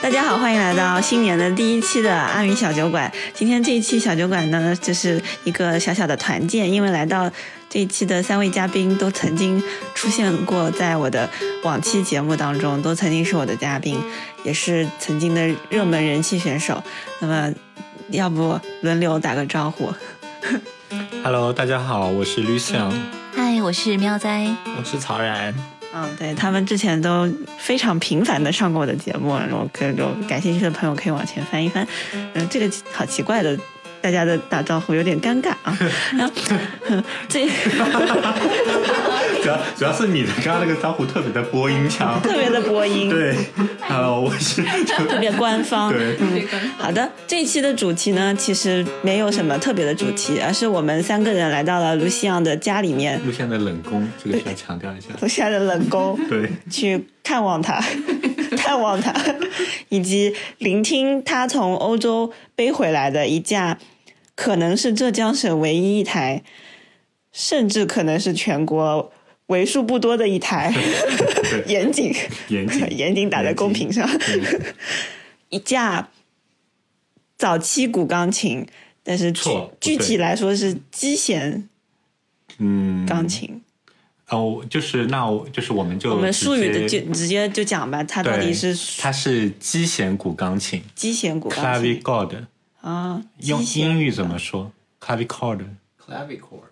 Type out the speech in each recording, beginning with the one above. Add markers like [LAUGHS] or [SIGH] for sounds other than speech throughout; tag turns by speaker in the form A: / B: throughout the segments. A: 大家好，欢迎来到新年的第一期的阿云小酒馆。今天这一期小酒馆呢，就是一个小小的团建，因为来到这一期的三位嘉宾都曾经出现过在我的往期节目当中，都曾经是我的嘉宾，也是曾经的热门人气选手。那么，要不轮流打个招呼？
B: Hello，大家好，我是吕想，
C: 嗨，我是喵哉。
B: 我是曹然。
A: 嗯，对他们之前都非常频繁的上过我的节目，然后各种感兴趣的朋友可以往前翻一翻。嗯，这个好奇怪的，大家的打招呼有点尴尬啊。 [LAUGHS] 然后
B: [LAUGHS]
A: 这
B: 主要主要是你的刚刚那个招呼特别的播音 [LAUGHS] 腔，
A: 特别的播音，
B: 对，Hello，我是
A: 特别官方。
B: 对
A: 嗯，好的，这一期的主题呢，其实没有什么特别的主题，而是我们三个人来到了卢西昂的家里面，
B: 录像的冷宫，这个需要强调一下。
A: 卢西昂的冷宫。
B: 对，
A: 去看望
B: [LAUGHS]
A: 他、探望他，以及聆听他从欧洲背回来的一架，可能是浙江省唯一一台，甚至可能是全国为数不多的一
B: [LAUGHS]
A: 台，
B: 对，
A: 严谨
B: [LAUGHS] 严谨，
A: 严谨打在公屏上，
B: 对
A: 一架早期古钢琴，但是具
B: 错
A: 具
B: 不对
A: 体来说是机弦
B: 嗯，
A: 钢琴。
B: 哦，就是那我就是我们就
A: 我们
B: 直
A: 术语的就
B: 接
A: 直接就讲吧，它到底
B: 对
A: 是
B: 它是击弦古钢琴
A: 机弦古钢琴
B: ，clavichord，
A: 啊，
B: 用
A: 机弦
B: 英语怎么说？clavichord，clavichord，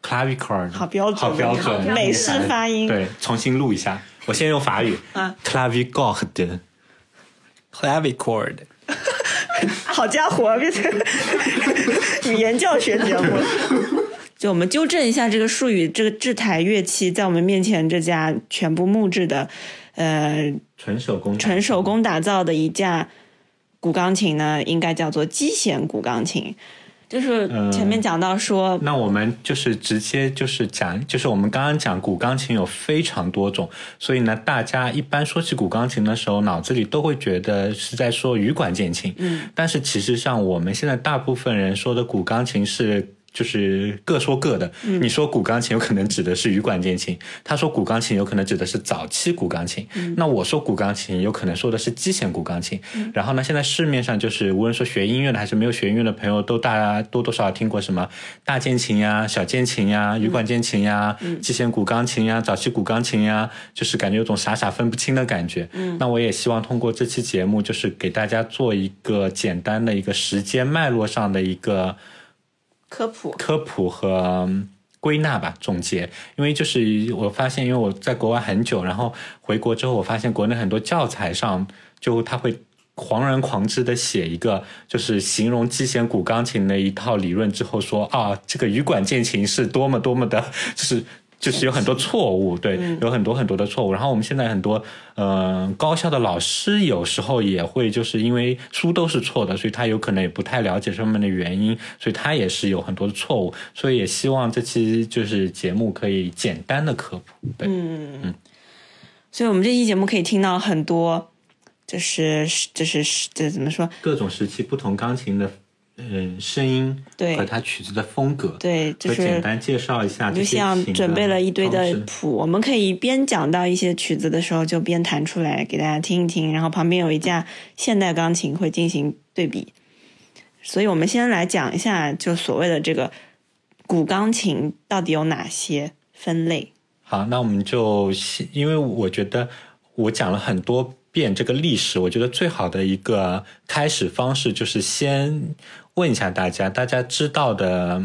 D: clavichord，
A: 好标准，
B: 好标准，
A: 美式发音。
B: 对，重新录一下，我先用法语
A: 啊
B: ，clavichord。
D: clavichord，
A: 啊好家伙，变成 [LAUGHS] 语言教学节目。 [LAUGHS] 就我们纠正一下这个术语，这个制台乐器在我们面前这架全部木质的，呃，
B: 纯手工，
A: 纯手工打造的一架古钢琴呢，应该叫做机弦古钢琴。就是前面讲到说，
B: 那我们就是直接就是讲，就是我们刚刚讲古钢琴有非常多种，所以呢，大家一般说起古钢琴的时候，脑子里都会觉得是在说羽管键琴，嗯，但是其实上我们现在大部分人说的古钢琴是。就是各说各的，你说古钢琴有可能指的是羽管键琴，他说古钢琴有可能指的是早期古钢琴，那我说古钢琴有可能说的是机弦古钢琴。然后呢，现在市面上就是无论说学音乐的还是没有学音乐的朋友，都大家多多少少听过什么大键琴呀、小键琴呀、羽管键琴呀、机弦古钢琴呀、早期古钢琴呀，就是感觉有种傻傻分不清的感觉。那我也希望通过这期节目，就是给大家做一个简单的一个时间脉络上的一个。
A: 科普
B: 科普和嗯归纳吧，总结。因为就是我发现，因为我在国外很久，然后回国之后，我发现国内很多教材上就他会。狂人狂之的写一个，就是形容击弦古钢琴的一套理论之后说啊，这个羽管键琴是多么多么的，就是就是有很多错误，对，
A: 嗯
B: 有很多很多的错误。然后我们现在很多呃高校的老师有时候也会就是因为书都是错的，所以他有可能也不太了解上面的原因，所以他也是有很多的错误。所以也希望这期就是节目可以简单的科普，对，
A: 嗯所以我们这期节目可以听到很多，就是就是这怎么说？
B: 各种时期不同钢琴的嗯声音
A: 对
B: 和它曲子的风格，
A: 对，就
B: 和
A: 是
B: 简单介绍一下啊这
A: 就
B: 些
A: 像
B: 琴
A: 准备了一堆
B: 方
A: 的
B: 式
A: 谱，我们可以边讲到一些曲子的时候，就边弹出来给大家听一听。然后旁边有一架现代钢琴会进行对比，所以我们先来讲一下，就所谓的这个古钢琴到底有哪些分类？
B: 好，那我们就先因为我觉得我讲了很多遍这个历史，我觉得最好的一个开始方式就是先问一下大家，大家知道的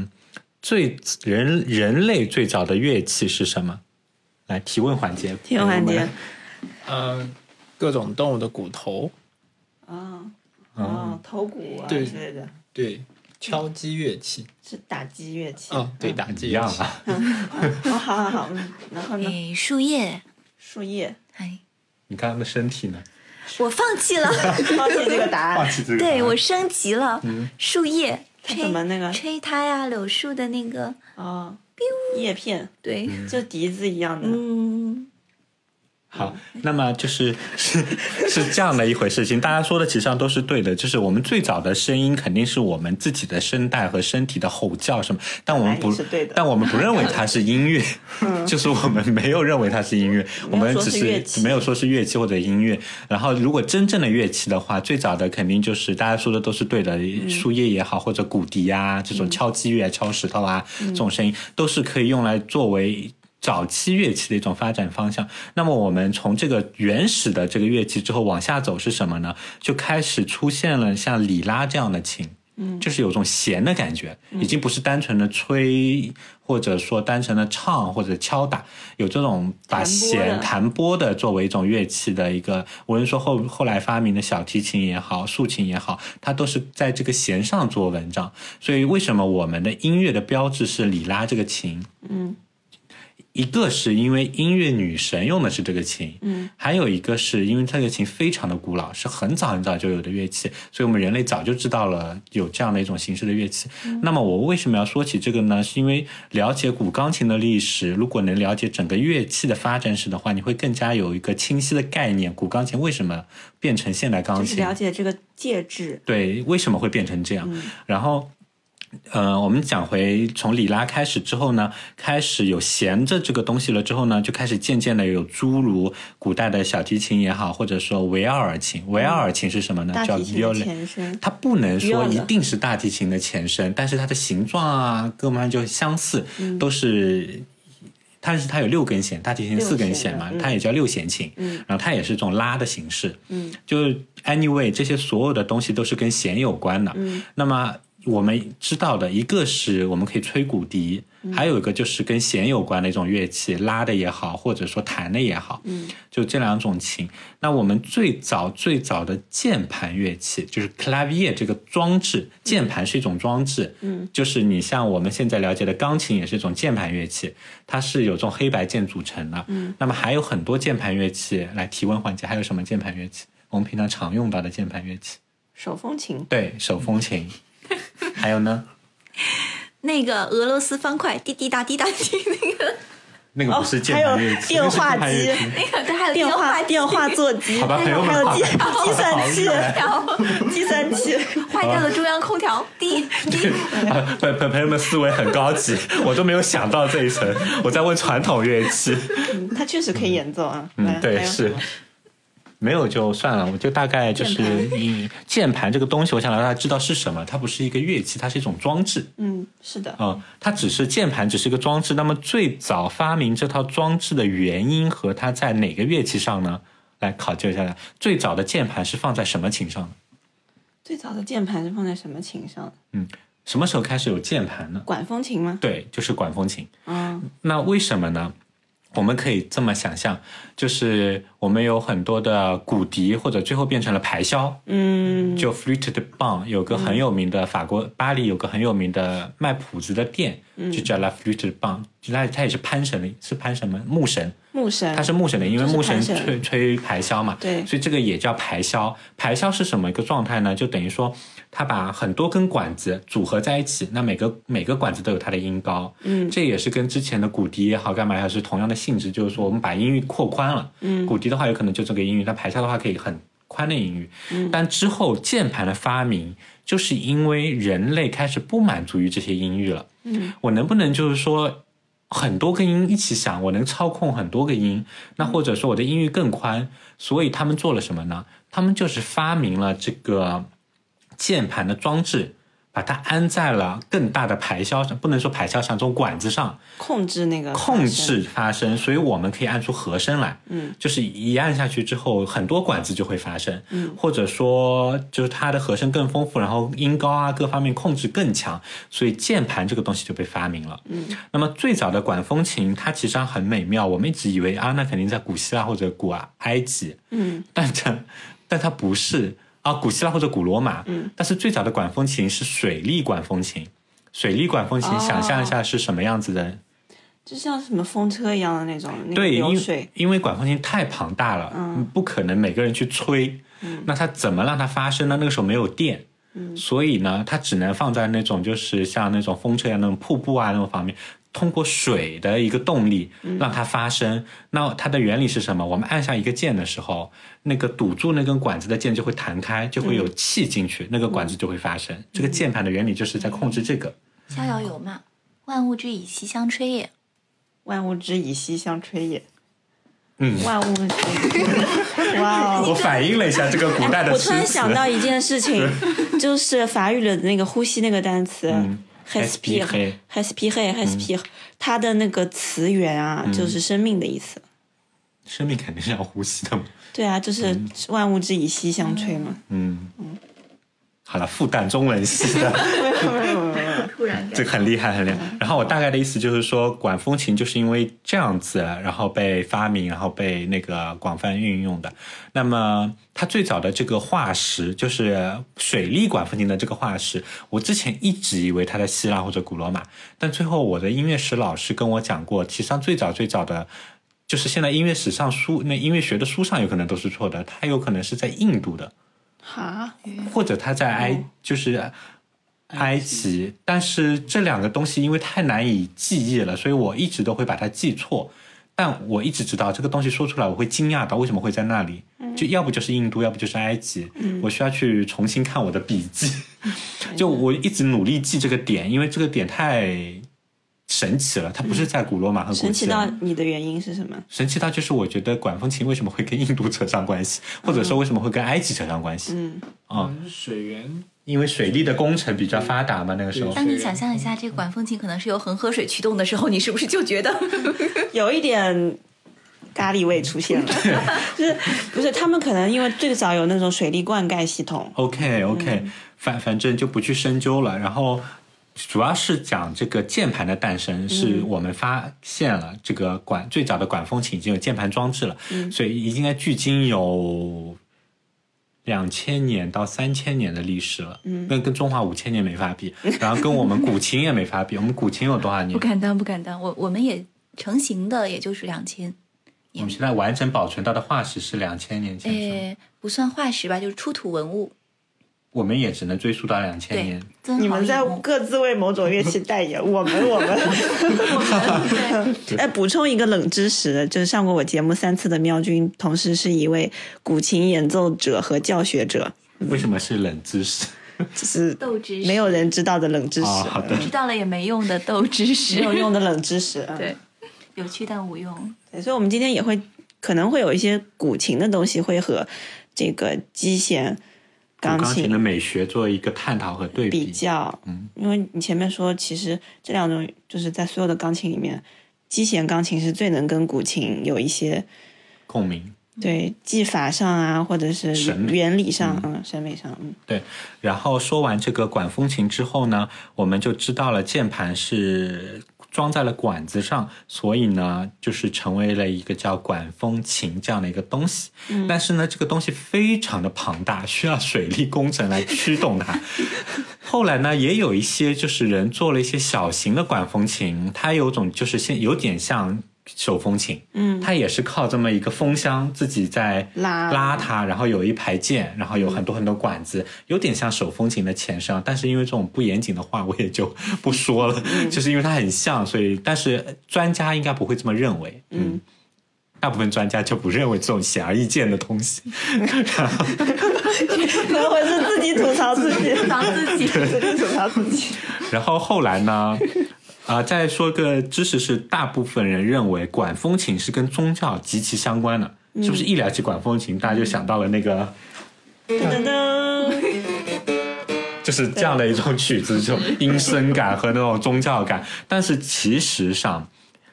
B: 最人人类最早的乐器是什么？来提问环节，
A: 提问环节
B: 嗯，
D: 嗯，各种动物的骨头，
A: 啊
B: 嗯
A: 啊，头骨啊
D: 对
A: 之类的，
D: 对，敲击乐器，
A: 是打击乐器。
B: 哦
D: 嗯，对，打
B: 一
D: 击乐
B: 样啊
D: 器，
B: 吧？
A: 哦，好好好，嗯，然后呢，
C: 诶，哎树叶，
A: 树叶，
C: 哎，
B: 你刚刚的身体呢？
C: [LAUGHS] 我放弃 [LAUGHS] 了，
A: 放弃这个答案。
B: 弃这
C: 对我升级了，树叶，
A: 它
C: 嗯吹
A: 怎么那个
C: 吹它呀，柳树的那个，
A: 啊，
B: 哦
A: 叶片
C: 对，
B: 嗯
A: 就笛子一样的。
C: 嗯，
B: 好，那么就是 [LAUGHS] 是是这样的一回事情，大家说的其实上都是对的，就是我们最早的声音肯定是我们自己的声带和身体的吼叫什么，但我们
A: 本
B: 不
A: 来哎也是对的嗯
B: 但我们不认为它是音乐，就是我们没有认为它是音乐，我
A: 没有
B: 们
A: 嗯说
B: 只
A: 是乐器
B: 是没有说是乐器或者音乐。然后如果真正的乐器的话，最早的肯定就是大家说的都是对的，
A: 嗯
B: 树叶也好，或者骨笛啊这种敲击乐、啊、敲石头啊
A: 嗯
B: 这种声音，都是可以用来作为。早期乐器的一种发展方向。那么我们从这个原始的这个乐器之后往下走是什么呢？就开始出现了像里拉这样的琴，嗯，就是有种弦的感觉，
A: 嗯
B: 已经不是单纯的吹，或者说单纯的唱或者敲打，有这种把
A: 弹拨的
B: 弦弹拨的作为一种乐器的一个，无论说后后来发明的小提琴也好，竖琴也好，它都是在这个弦上做文章。所以为什么我们的音乐的标志是里拉这个琴？一个是因为音乐女神用的是这个琴，嗯，还有一个是因为这个琴非常的古老，是很早很早就有的乐器，所以我们人类早就知道了有这样的一种形式的乐器。
A: 嗯
B: 那么我为什么要说起这个呢？是因为了解古钢琴的历史，如果能了解整个乐器的发展史的话，你会更加有一个清晰的概念，古钢琴为什么变成现代钢
A: 就
B: 琴？
A: 是了解这个介质，
B: 对，为什么会变成这样？
A: 嗯
B: 然后，呃，我们讲回从里拉开始之后呢，开始有弦着这个东西了之后呢，就开始渐渐的有诸如古代的小提琴也好，或者说维奥尔琴。维奥尔琴是什么呢？
A: 大
B: 叫
A: 提琴的
B: viola。
A: 前身。
B: 它不能说
A: Viola
B: 一定是大提琴的前身，但是它的形状啊，各方面就相似，
A: 嗯
B: 都是。但是它有六根弦，大提琴
A: 六
B: 四根
A: 弦
B: 弦
A: 的
B: 嘛，
A: 嗯
B: 它也叫六弦琴。
A: 嗯
B: 然后它也是这种拉的形式。
A: 嗯，
B: 就 anyway，这些所有的东西都是跟弦有关的。
A: 嗯，
B: 那么我们知道的一个是我们可以吹骨笛，
A: 嗯
B: 还有一个就是跟弦有关的一种乐器，拉的也好，或者说弹的也好。
A: 嗯，
B: 就这两种琴。那我们最早最早的键盘乐器就是 clavier 这个装置，键盘是一种装置。
A: 嗯，
B: 就是你像我们现在了解的钢琴也是一种键盘乐器，它是有这种黑白键组成的。
A: 嗯，
B: 那么还有很多键盘乐器来提问环节，还有什么键盘乐器？我们平常常用到的键盘乐器，
A: 手风琴，
B: 对手风
A: [LAUGHS]
B: 琴，还有呢？
A: 哦
C: 那个俄罗斯方块滴滴答滴答滴，那个
B: 那个不是键
A: 还有
B: 盘乐器，
A: 电
B: 那是
A: 话
B: 键盘乐
A: 机
B: 器
C: 那个还有
A: 电话
C: 话
A: 电话座机，
B: 好吧
A: 还
B: 朋友们
A: 有
B: 好
A: 计
B: 吧
A: 计算器
B: 好，哎吧
C: 条，
A: 计算器，
C: 坏掉的中央空调滴滴，
B: [LAUGHS] 啊，朋朋朋友们思维很高级，我都没有想到这一层，我在问传统乐器。
A: 嗯它确实可以演奏啊。来
B: 嗯，
A: 还
B: 对，
A: 有什
B: 是
A: 么。
B: 没有就算了，我就大概就是
A: 键
B: 嗯，键盘这个东西，我想让大家知道是什么。它不是一个乐器，它是一种装置。
A: 嗯，是的，
B: 嗯，它只是键盘，只是一个装置。那么最早发明这套装置的原因和它在哪个乐器上呢？来考究一下，最早的键盘是放在什么琴上的？
A: 最早的键盘是放在什么琴上？
B: 什么时候开始有键盘呢？
A: 管风琴吗？
B: 对，就是管风琴。
A: 嗯，
B: 那为什么呢？我们可以这么想象，就是我们有很多的骨笛，或者最后变成了排箫，
A: 嗯，
B: 就 Fluted Bang 有个很有名的法国巴黎有个很有名的卖谱子的店，就叫 La Fluted Bang，那它也是潘神的，是潘什么木神，
A: 木神
B: 它，是木神的，因为
A: 就是
B: 木神
A: 盘神
B: 吹吹排箫嘛，
A: 对
B: 所以这个也叫排箫。排箫是什么一个状态呢？就等于说，它把很多根管子组合在一起，那每个每个管子都有它的音高，
A: 嗯
B: 这也是跟之前的骨笛也好干嘛也好是同样的性质，就是说我们把音域扩宽了，
A: 嗯
B: 骨笛的话有可能就这个音域，但排箫的话可以很宽的音域，
A: 嗯
B: 但之后键盘的发明，就是因为人类开始不满足于这些音域了。
A: 嗯，
B: 我能不能就是说很多个音一起响，我能操控很多个音？那或者说我的音域更宽？所以他们做了什么呢？他们就是发明了这个键盘的装置。把它安在了更大的排箫上，不能说排箫上，这种管子上
A: 控制那个
B: 控
A: 发声，
B: 制发声，所以我们可以按出和声来。
A: 嗯，
B: 就是一按下去之后，很多管子就会发生，嗯，或者说就是它的和声更丰富，然后音高啊各方面控制更强，所以键盘这个东西就被发明了。嗯，那么最早的管风琴它其实上很美妙，我们一直以为啊，那肯定在古希腊或者古埃及，
A: 嗯，
B: 但它但它不是啊，古希腊或者古罗马，嗯，但是最早的管风琴是水力管风琴。水力管风琴，
A: 哦
B: 想象一下是什么样子的
A: 就像什么风车一样的那种，那个
B: 对，因
A: 流
B: 为
A: 水，嗯
B: 因为管风琴太庞大了，不可能每个人去吹，那它怎么让它发声呢？那个时候没有电。
A: 嗯
B: 所以呢，它只能放在那种就是像那种风车一样那种瀑布啊那种方面，通过水的一个动力
A: 嗯
B: 让它发生。那它的原理是什么？我们按下一个键的时候，那个堵住那根管子的键就会弹开，就会有气进
A: 嗯
B: 去，那个管子就会发生。这个键盘的原理就是在控制这个。
C: 逍遥游嘛，万物之以其相吹也。
A: 万物之以息相吹也。
B: 嗯，
A: 万物之，哇 [LAUGHS] 哦！
B: 我反映了一下这个古代的
A: 我
B: 诗
A: 突然
B: 词
A: 想到一件事情， [LAUGHS] 就是法语里的那个呼吸那个单词。
B: 嗯
A: respire
B: respire
A: respire respire，它的那个词源啊，就是生命的意思。
B: 生命肯定是要呼吸的嘛。
A: 对啊，就是万物之以息相吹嘛。
B: 嗯，好了，复旦中文系的。
A: 嗯
C: 突然
B: 这个很厉害，很厉害。然后我大概的意思就是说，管风琴就是因为这样子，然后被发明，然后被那个广泛运用的。那么它最早的这个化石，就是水力管风琴的这个化石，我之前一直以为它在希腊或者古罗马，但最后我的音乐史老师跟我讲过，其实上最早最早的。就是现在音乐史上书那音乐学的书上有可能都是错的，它有可能是在印度的，
A: [LAUGHS] 哈，
B: 或者他
A: 嗯
B: 在埃、就是埃及，但是这两个东西因为太难以记忆了，所以我一直都会把它记错。但我一直知道这个东西说出来，我会惊讶到为什么会在那里，
A: 嗯
B: 就要不就是印度，要不就是埃及。我需要去重新看我的笔记，
A: 嗯
B: 就我一直努力记这个点，因为这个点太神奇了，它不是在古罗马和古希
A: 嗯
B: 腊
A: 神奇到你的原因是什么？
B: 神奇到就是我觉得管风琴为什么会跟印度扯上关系，或者说为什么会跟埃及扯上关系，
A: 嗯，
B: 啊
D: 嗯，水源
B: 因为水利的工程比较发达嘛，那个时候
D: 对
C: 当你想象一下，这个管风琴可能是由恒河水驱动的时候，你是不是就觉得
A: 有一点咖喱味出现了，就是不是他们可能因为最早有那种水利灌溉系统，
B: OK OK，、反反正就不去深究了。然后主要是讲这个键盘的诞生，是我们发现了这个管最早的管风琴已经有键盘装置了，所以应该距今有两千年到三千年的历史了。嗯，跟跟中华五千年没法比，然后跟我们古琴也没法比。我们古琴有多少年
C: [LAUGHS] 不？敢当，不敢当。我我们也成型的，也就是两千，
B: 我们现在完整保存到的化石是两千年前，是吗
C: 诶，哎不算化石吧，就是出土文物。
B: 我们也只能追溯到两千
C: 对
B: 年。，
C: 曾
A: 你
C: 好
A: 们在
C: 乙木
A: 各自为某种乐器代言，我们我 [LAUGHS] 们。哎，补充一个冷知识，就是上过我节目三次的喵君，同时是一位古琴演奏者和教学者，
B: 为什么是冷知识？
A: 这是
C: 豆知识
A: 没有人知道的冷知识，
B: 哦好的
C: 知道了也没用的豆知
A: 没有
C: 识，
A: 用的冷知识。嗯
C: 对，有趣但无用。
A: 对，所以我们今天也会可能会有一些古琴的东西会和这个击弦、
B: 古
A: 钢
B: 钢琴
A: 琴
B: 的美学做一个探讨和对
A: 比较，嗯，因为你前面说，其实这两种就是在所有的钢琴里面，击弦钢琴是最能跟古琴有一些
B: 共鸣。
A: 对技法上啊，或者是
B: 审美
A: 原理上，嗯，审美上，嗯，
B: 对，然后说完这个管风琴之后呢，我们就知道了键盘是装在了管子上，所以呢，就是成为了一个叫管风琴这样的一个东西。
A: 嗯
B: 但是呢，这个东西非常的庞大，需要水利工程来驱动它。 [LAUGHS] 后来呢，也有一些就是人做了一些小型的管风琴，它有种就是现有点像手风琴，嗯，它也是靠这么一个风箱自己在
A: 拉
B: 拉它，然后有一排键，然后有很多很多管子，有点像手风琴的前身啊。但是因为这种不严谨的话，我也就不说了，就是因为它很像，所以但是专家应该不会这么认为，嗯。大部分专家就不认为这种显而易见的东西，
A: 可能会是自己吐槽自己，
C: 当自
A: [LAUGHS]
C: 己
A: 自己吐槽自
B: [LAUGHS]
A: 己，
B: 然后后来呢，啊、再说个知识是，大部分人认为管风琴是跟宗教极其相关的，是不是？一聊起管风琴，大家就想到了那个，
A: 噔噔，
B: 就是这样的一种曲子，这种阴森感和那种宗教感。但是其实上，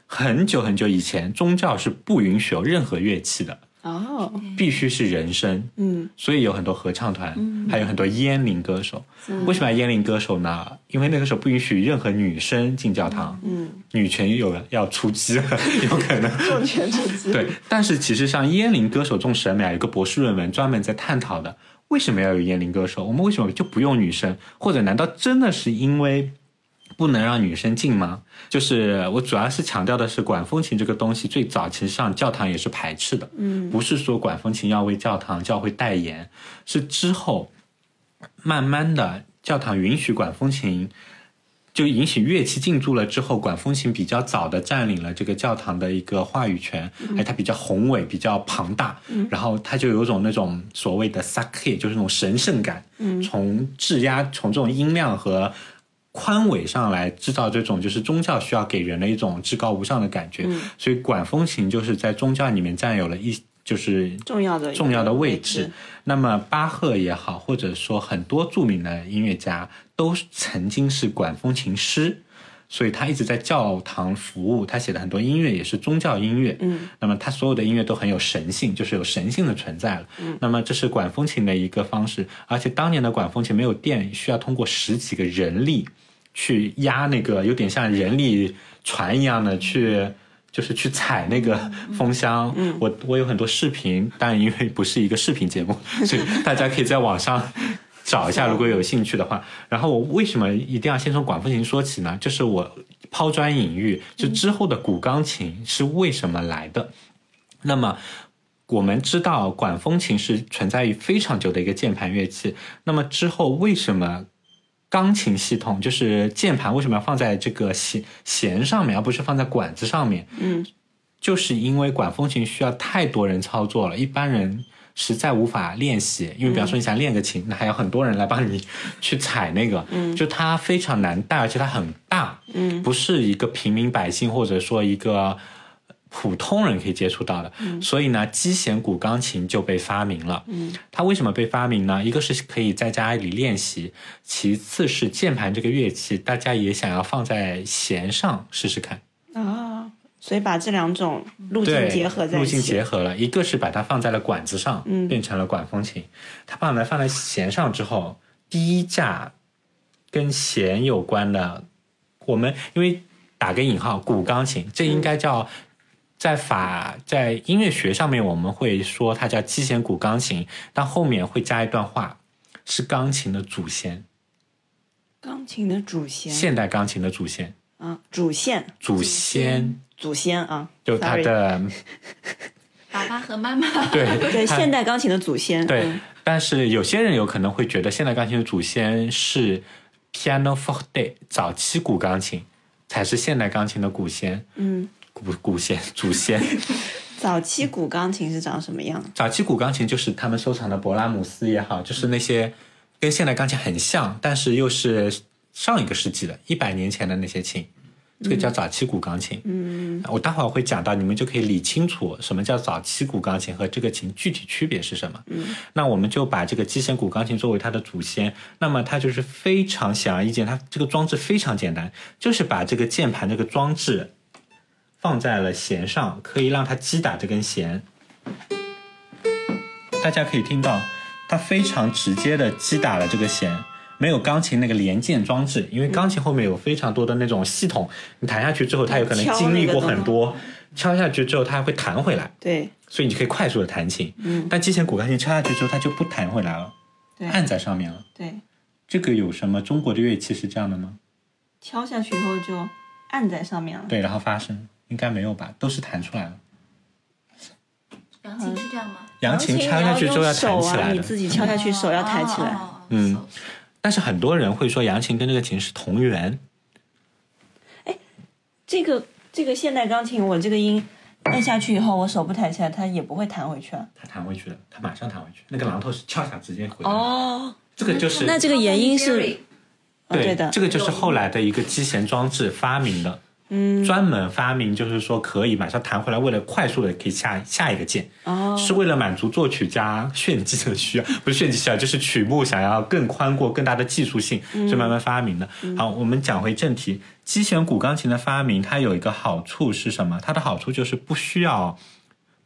B: 很久很久以前，宗教是不允许有任何乐器的，
A: 哦，
B: 必须是人声。
A: 嗯，
B: 所以有很多合唱团，还有很多阉伶歌手。为什么要阉伶歌手呢？因为那个时候不允许任何女生进教堂，嗯，女权有要出击了，有可能。
A: [LAUGHS] 重拳出击，
B: 对，但是其实像阉伶歌手这种审美啊，有个博士论文专门在探讨的，为什么要有阉伶歌手？我们为什么就不用女生？或者难道真的是因为不能让女生进吗？就是我主要是强调的是，管风琴这个东西最早其实上教堂也是排斥的，嗯，不是说管风琴要为教堂教会代言，是之后慢慢的教堂允许管风琴。就允许乐器进驻了之后，管风琴比较早的占领了这个教堂的一个话语权，哎，它比较宏伟，比较庞大，然后它就有种那种所谓的 sake，就是那种神圣感，从质押，从这种音量和。宽伟上来制造这种就是宗教需要给人的一种至高无上的感觉，所以管风琴就是在宗教里面占有了一就是
A: 重要的
B: 重要的位
A: 位
B: 置。那么巴赫也好，或者说很多著名的音乐家都曾经是管风琴师，所以他一直在教堂服务，他写的很多音乐也是宗教音乐。
A: 嗯，
B: 那么他所有的音乐都很有神性，就是有神性的存在了。嗯，那么这是管风琴的一个方式，而且当年的管风琴没有电，需要通过十几个人力去压那个，有点像人力船一样的去。就是去踩那个风箱，我我有很多视频，但因为不是一个视频节目，所以大家可以在网上找一下，如果有兴趣的话。然后我为什么一定要先从管风琴说起呢？就是我抛砖引玉，就之后的古钢琴是为什么来的？那么。我们知道管风琴是存在于非常久的一个键盘乐器，那么之后为什么钢琴系统就是键盘为什么要放在这个弦弦上面，而不是放在管子上面？
A: 嗯，
B: 就是因为管风琴需要太多人操作了，一般人实在无法练习。因为比方说你想练个琴，那还有很多人来帮你 [LAUGHS] 去踩那个，嗯，就它非常难带，而且它很大，嗯，不是一个平民百姓或者说一个。普通人可以接触到的，所以呢，击弦古钢琴就被发明了。嗯，它为什么被发明呢？一个是可以在家里练习，其次是键盘这个乐器，大家也想要放在弦上试试看。
A: 啊，所以把这两种路
B: 对，
A: 径结合在一
B: 路
A: 起，
B: 径结合了，一个是把它放在了管子上，
A: 嗯
B: 变成了管风琴；它放在放在弦上之后，第一架跟弦有关的，我们因为打个引号，古钢琴，这应该叫。在法在音乐学上面，我们会说它叫击弦古钢琴，但后面会加一段话，是钢琴的祖先，
A: 钢琴的主弦
B: 现代钢琴的祖先，
A: 啊，主线
B: 祖
C: 祖
B: 先
C: 先
A: 祖先啊，
B: 就它
A: [LAUGHS] sorry
B: 的
C: 爸爸和妈妈，
A: [LAUGHS]
B: 对
A: 对
B: 它
A: 现代钢琴的祖先，
B: 哎对
A: 嗯，
B: 但是有些人有可能会觉得现代钢琴的祖先是 piano forte，早期古钢琴才是现代钢琴的古先，
A: 嗯，
B: 古 [LAUGHS] 古先祖先。
A: 早期古钢琴是长什么样？
B: 早期古钢琴就是他们收藏的勃拉姆斯也好，就是那些跟现代钢琴很像，但是又是上一个世纪的一百年前的那些琴，这个叫早期古钢琴。嗯，我待会儿会讲到，你们就可以理清楚什么叫早期古钢琴和这个琴具体区别是什么。嗯，那我们就把这个机弦古钢琴作为它的祖先，那么它就是非常显而易见，它这个装置非常简单，就是把这个键盘这个装置放在了弦上，可以让它击打这根弦。大家可以听到，它非常直接的击打了这个弦，没有钢琴那个连键装置，因为钢琴后面有非常多的那种系统，你弹下去之后，它有可能
A: 敲那
B: 经历
A: 个
B: 过
A: 东
B: 很
A: 西
B: 多，敲下去之后它还会弹回来，
A: 对
B: 所以你就可以快速的弹琴。嗯，但之前古钢琴敲下去之后，它就不弹回来了，
A: 对
B: 按在上面了。
A: 对，
B: 这个有什么中国的乐器是这样的吗？
A: 敲下去以后就按在上面了。
B: 对，然后发声应该没有吧，都是弹出来了。
C: 杨琴是这样吗？
B: 扬琴敲下去之后要弹起
A: 手啊，
B: 来
A: 你
B: 的，
A: 自己敲下去手要抬起来。
C: 哦。嗯，
B: 但是很多人会说扬琴跟这个琴是同源，
A: 这个这个现代钢琴，我这个音按下去以后，我手不抬起来，它也不会弹回去啊。
B: 它弹回去了，它马上弹回去，那个榔头是敲下直接回来。，
A: 哦，
B: 这个就是
A: 那这个原因是
C: Jerry，
A: 啊对的，
B: 这个就是后来的一个机弦装置发明的，嗯，专门发明就是说可以马上弹回来，为了快速的可以下下一个键，
A: 哦
B: 是为了满足作曲家炫技的需要，不是炫技需要，就是曲目想要更宽阔、更大的技术性，
A: 嗯
B: 是慢慢发明的。好，我们讲回正题，机弦古钢琴的发明，它有一个好处是什么？它的好处就是不需要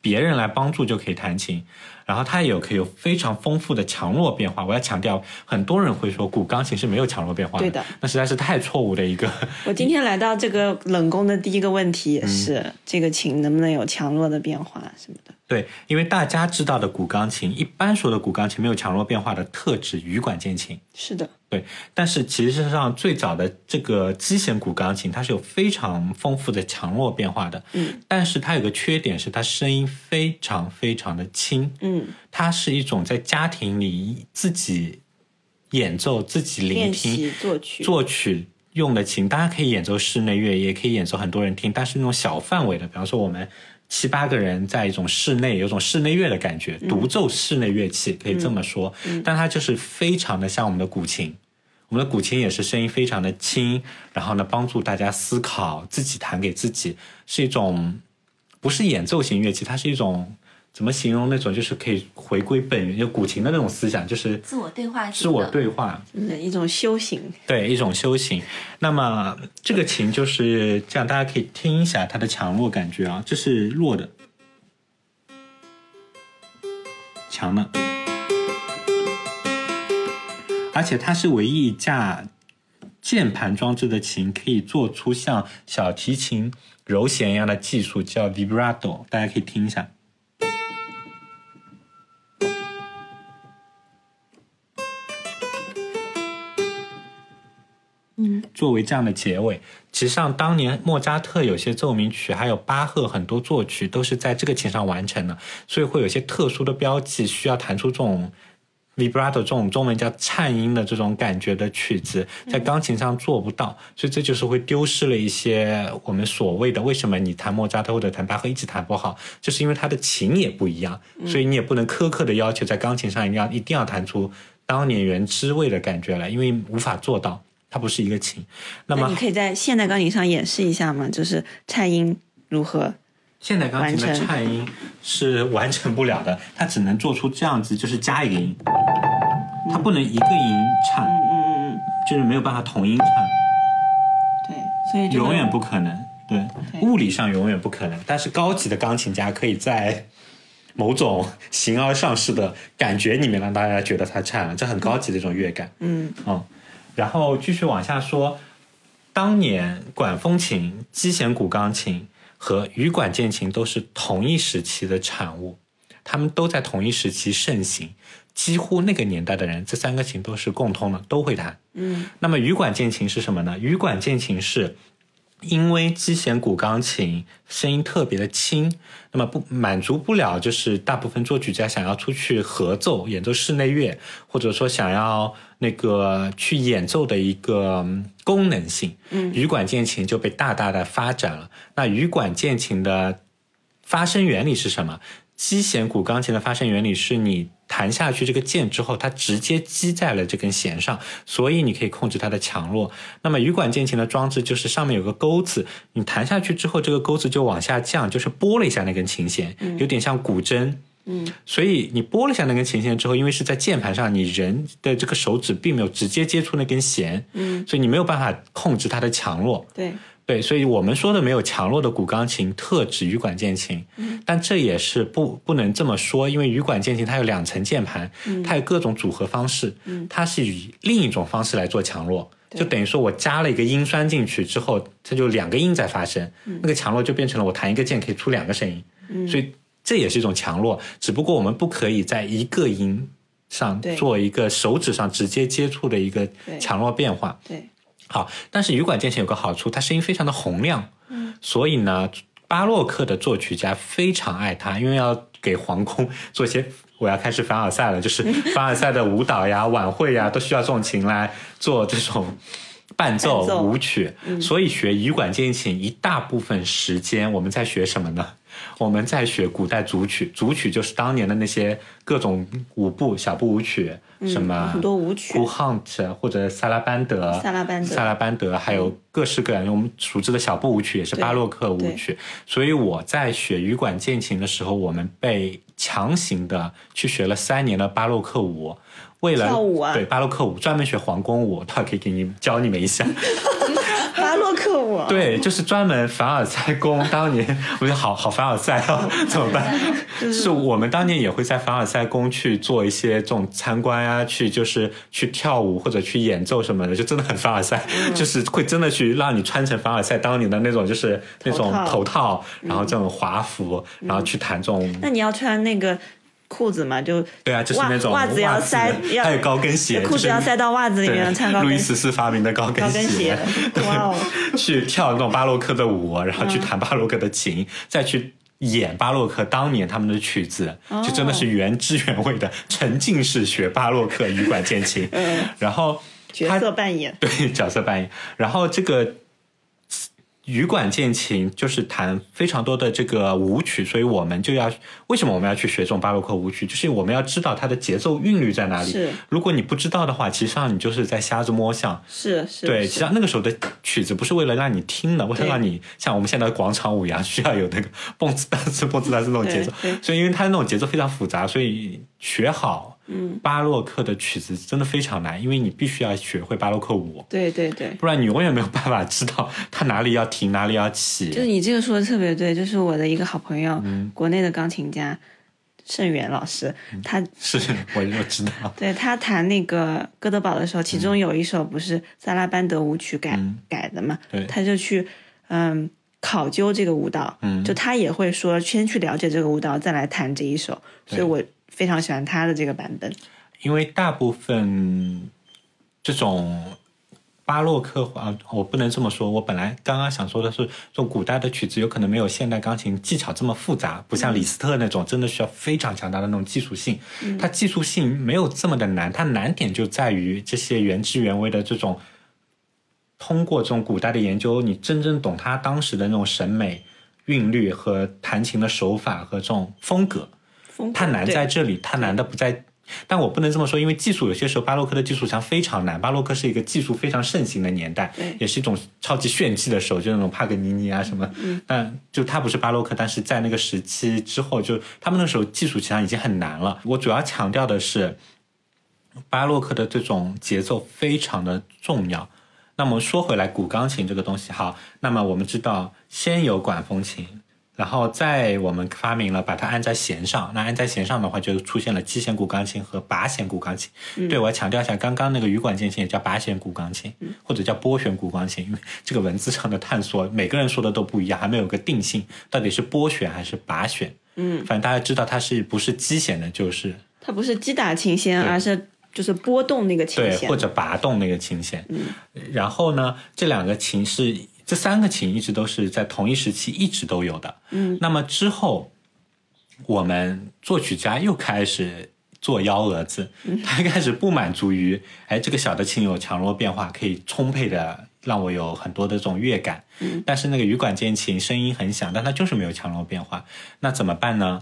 B: 别人来帮助就可以弹琴，然后它也有可以有非常丰富的强弱变化。我要强调，很多人会说古钢琴是没有强弱变化
A: 对的
B: 那实在是太错误的一个。 [LAUGHS]
A: 我今天来到这个冷宫的第一个问题
B: 嗯
A: 也是、这个琴能不能有强弱的变化什么的。
B: 对，因为大家知道的古钢琴，一般说的古钢琴没有强弱变化的特指羽管键琴。
A: 是的，
B: 对，但是其实上最早的这个机弦古钢琴，它是有非常丰富的强弱变化的。嗯，但是它有个缺点是它声音非常非常的轻。
A: 嗯，
B: 它是一种在家庭里自己演奏、自己聆
A: 练
B: 听
A: 习作曲
B: 作曲用的琴，大家可以演奏室内乐，也可以演奏很多人听，但是那种小范围的，比方说我们七八个人在一种室内，有种室内乐的感觉，
C: 嗯
B: 独奏室内乐器可以这么说，但它就是非常的像我们的古琴。我们的古琴也是声音非常的轻，然后呢，帮助大家思考，自己弹给自己，是一种不是演奏型乐器，它是一种怎么形容那种就是可以回归本源，就古琴的那种思想，就是
C: 自我对话型
B: 自
C: 的
B: 我对话，
A: 嗯一种修行。
B: 对，一种修行。那么这个琴就是这样，大家可以听一下它的强弱感觉啊，这是弱的，强的，而且它是唯一一架键盘装置的琴可以做出像小提琴揉弦一样的技术，叫 vibrato，大家可以听一下。作为这样的结尾。其实上，当年莫扎特有些奏鸣曲，还有巴赫很多作曲都是在这个琴上完成的，所以会有一些特殊的标记，需要弹出这种 vibrato 这种中文叫颤音的这种感觉的曲子，在钢琴上做不到，所以这就是会丢失了一些我们所谓的为什么你弹莫扎特或者弹巴赫一起弹不好，就是因为它的琴也不一样，所以你也不能苛刻的要求在钢琴上一定要一定要弹出当年原汁味的感觉来，因为无法做到。它不是一个琴，那
A: 那
B: 么
A: 你可以在现代钢琴上演示一下吗？就是颤音如何？
B: 现代钢琴的
A: 完成
B: 颤音是完成不了的，它只能做出这样子，就是加一个音，它不能一个音颤，
A: 嗯嗯嗯，
B: 就是没有办法同音颤，
A: 对，所以这个
B: 永远不可能。对，物理上永远不可能。但是高级的钢琴家可以在某种形而上式的感觉里面让大家觉得它颤了，这很高级的一种乐感。
A: 嗯
B: 嗯，然后继续往下说，当年管风琴、击弦古钢琴和羽管键琴都是同一时期的产物，它们都在同一时期盛行，几乎那个年代的人，这三个琴都是共通的，都会弹。
A: 嗯
B: 那么羽管键琴是什么呢？羽管键琴是因为击弦古钢琴声音特别的轻，那么不满足不了就是大部分作曲家想要出去合奏演奏室内乐，或者说想要那个去演奏的一个嗯功能性。
A: 嗯
B: 羽管键琴就被大大的发展了。那羽管键琴的发声原理是什么？击弦古钢琴的发声原理是你弹下去这个键之后，它直接击在了这根弦上，所以你可以控制它的强弱。那么羽管键琴的装置就是上面有个钩子，你弹下去之后，这个钩子就往下降，就是拨了一下那根琴弦，有点像古筝。
A: 嗯
B: 所以你拨了一下那根琴弦之后，因为是在键盘上，你人的这个手指并没有直接接触那根弦，
A: 嗯，
B: 所以你没有办法控制它的强弱。
A: 对，
B: 对，所以我们说的没有强弱的古钢琴特指羽管键琴，
A: 嗯
B: 但这也是不不能这么说，因为羽管键琴它有两层键盘，
A: 嗯
B: 它有各种组合方式，它是以另一种方式来做强弱，就等于说我加了一个音栓进去之后，它就两个音在发生，
A: 嗯
B: 那个强弱就变成了我弹一个键可以出两个声音，所以这也是一种强弱，只不过我们不可以在一个音上
A: 对
B: 做一个手指上直接接触的一个
A: 对
B: 强弱变化。
A: 对，
B: 好，但是羽管键琴有个好处，它声音非常的洪亮，嗯，所以呢，巴洛克的作曲家非常爱它，因为要给皇宫做一些。我要开始凡尔赛了，就是凡尔赛的舞蹈呀、 [LAUGHS] 晚会呀，都需要这种琴来做这种伴奏
A: 伴奏嗯
B: 舞曲。所以学羽管键琴一大部分时间我们在学什么呢？我们在学古代组曲，组曲就是当年的那些各种舞步、小步舞曲，什么
A: 嗯很多舞曲
B: Cool Hunt 或者萨拉班德、
A: 萨拉班德
B: 萨拉班德，还有各式各样我们熟知的小步舞曲，也是巴洛克舞曲。所以我在学羽管键琴的时候，我们被强行的去学了三年的巴洛克舞。为了
A: 跳舞啊
B: 对巴洛克舞专门学皇宫舞， [LAUGHS] 到可以给你教你们一下。
A: [LAUGHS] 巴洛克舞，
B: [LAUGHS] 对，就是专门凡尔赛宫。当年我觉得好好凡尔赛哦，怎么
A: [LAUGHS]
B: 办？是我们当年也会在凡尔赛宫去做一些这种参观啊，去就是去跳舞或者去演奏什么的，就真的很凡尔赛，
A: 嗯
B: 就是会真的去让你穿成凡尔赛当年的那种，就是那种
A: 头套嗯
B: 头套，然后这种华服，然后去弹这种。
A: 那你要穿那个裤子嘛，就
B: 对啊，就是那种
A: 袜袜子要塞要
B: 还有高跟鞋，
A: 裤子要塞到袜子
B: 就
A: 里
B: 是
A: 面，穿
B: 对，
A: 高
B: 路易
A: 跟
B: 十四发明的高跟
A: 高跟鞋，
B: [LAUGHS]
A: 哇哦，
B: 去跳那种巴洛克的舞，然后去弹巴洛克的琴，再去演巴洛克当年他们的曲子，就真的是原汁原味的沉浸式学巴洛克羽管键琴。然后
A: 嗯角色扮演，
B: 对角色扮演。然后这个呃羽管键琴就是弹非常多的这个舞曲，所以我们就要为什么我们要去学这种巴洛克舞曲？就是我们要知道它的节奏韵律在哪里
A: 是。
B: 如果你不知道的话，其实上你就是在瞎子摸象。
A: 是是，
B: 对，
A: 是
B: 其实那个时候的曲子不是为了让你听的，为了
A: 对
B: 让你像我们现在的广场舞一样，需要有那个蹦次哒次蹦次哒次那种节奏
A: 对。对
B: 所以因为它那种节奏非常复杂，所以学好
A: 嗯
B: 巴洛克的曲子真的非常难，因为你必须要学会巴洛克舞，
A: 对对对，
B: 不然你永远没有办法知道它哪里要停，哪里要
A: 就是
B: 起。
A: 你这个说的特别对，就是我的一个好朋友，
B: 嗯
A: 国内的钢琴家盛元老师，他
B: 是，我就知道。
A: 对他弹那个哥德堡的时候，其
B: 嗯
A: 中有一首不是萨拉班德舞曲改、改的嘛
B: 对，
A: 他就去嗯考究这个舞蹈，
B: 嗯
A: 就他也会说先去了解这个舞蹈，再来弹这一首，
B: 对
A: 所以我非常喜欢他的这个版本。
B: 因为大部分这种巴洛克啊，我不能这么说。我本来刚刚想说的是，这种古代的曲子有可能没有现代钢琴技巧这么复杂，不像李斯特那种真的需要非常强大的那种技术性。它技术性没有这么的难，它难点就在于这些原汁原味的这种。通过这种古代的研究，你真正懂他当时的那种审美、韵律和弹琴的手法和这种风格。
A: 风格
B: 它难
A: 对
B: 在这里，它难的不在。但我不能这么说，因为技术有些时候巴洛克的技术上非常难。巴洛克是一个技术非常盛行的年代
A: 对，
B: 也是一种超级炫技的时候，就那种帕格尼尼啊什么。
A: 嗯
B: 但就它不是巴洛克，但是在那个时期之后，就他们那时候技术其实上已经很难了。我主要强调的是，巴洛克的这种节奏非常的重要。那么说回来，古钢琴这个东西，好，那么我们知道先有管风琴，然后再我们发明了把它按在弦上，那按在弦上的话，就出现了七弦古钢琴和八弦古钢琴。对，我要强调一下，刚刚那个羽管键琴也叫八弦古钢琴，或者叫拨弦古钢琴，因为这个文字上的探索，每个人说的都不一样，还没有个定性，到底是拨弦还是拔弦？嗯，反正大家知道它是不是击弦的，就是
A: 它不是击打琴弦，
B: 对
A: 而是就是拨动那个琴
B: 对，
A: 弦，
B: 或者拔动那个琴弦。然后呢，这两个琴是这三个琴一直都是在同一时期一直都有的。嗯，那么之后我们作曲家又开始。做幺蛾子，他开始不满足于，哎，这个小的琴有强弱变化，可以充沛的让我有很多的这种乐感。但是那个羽管键琴声音很响，但它就是没有强弱变化，那怎么办呢？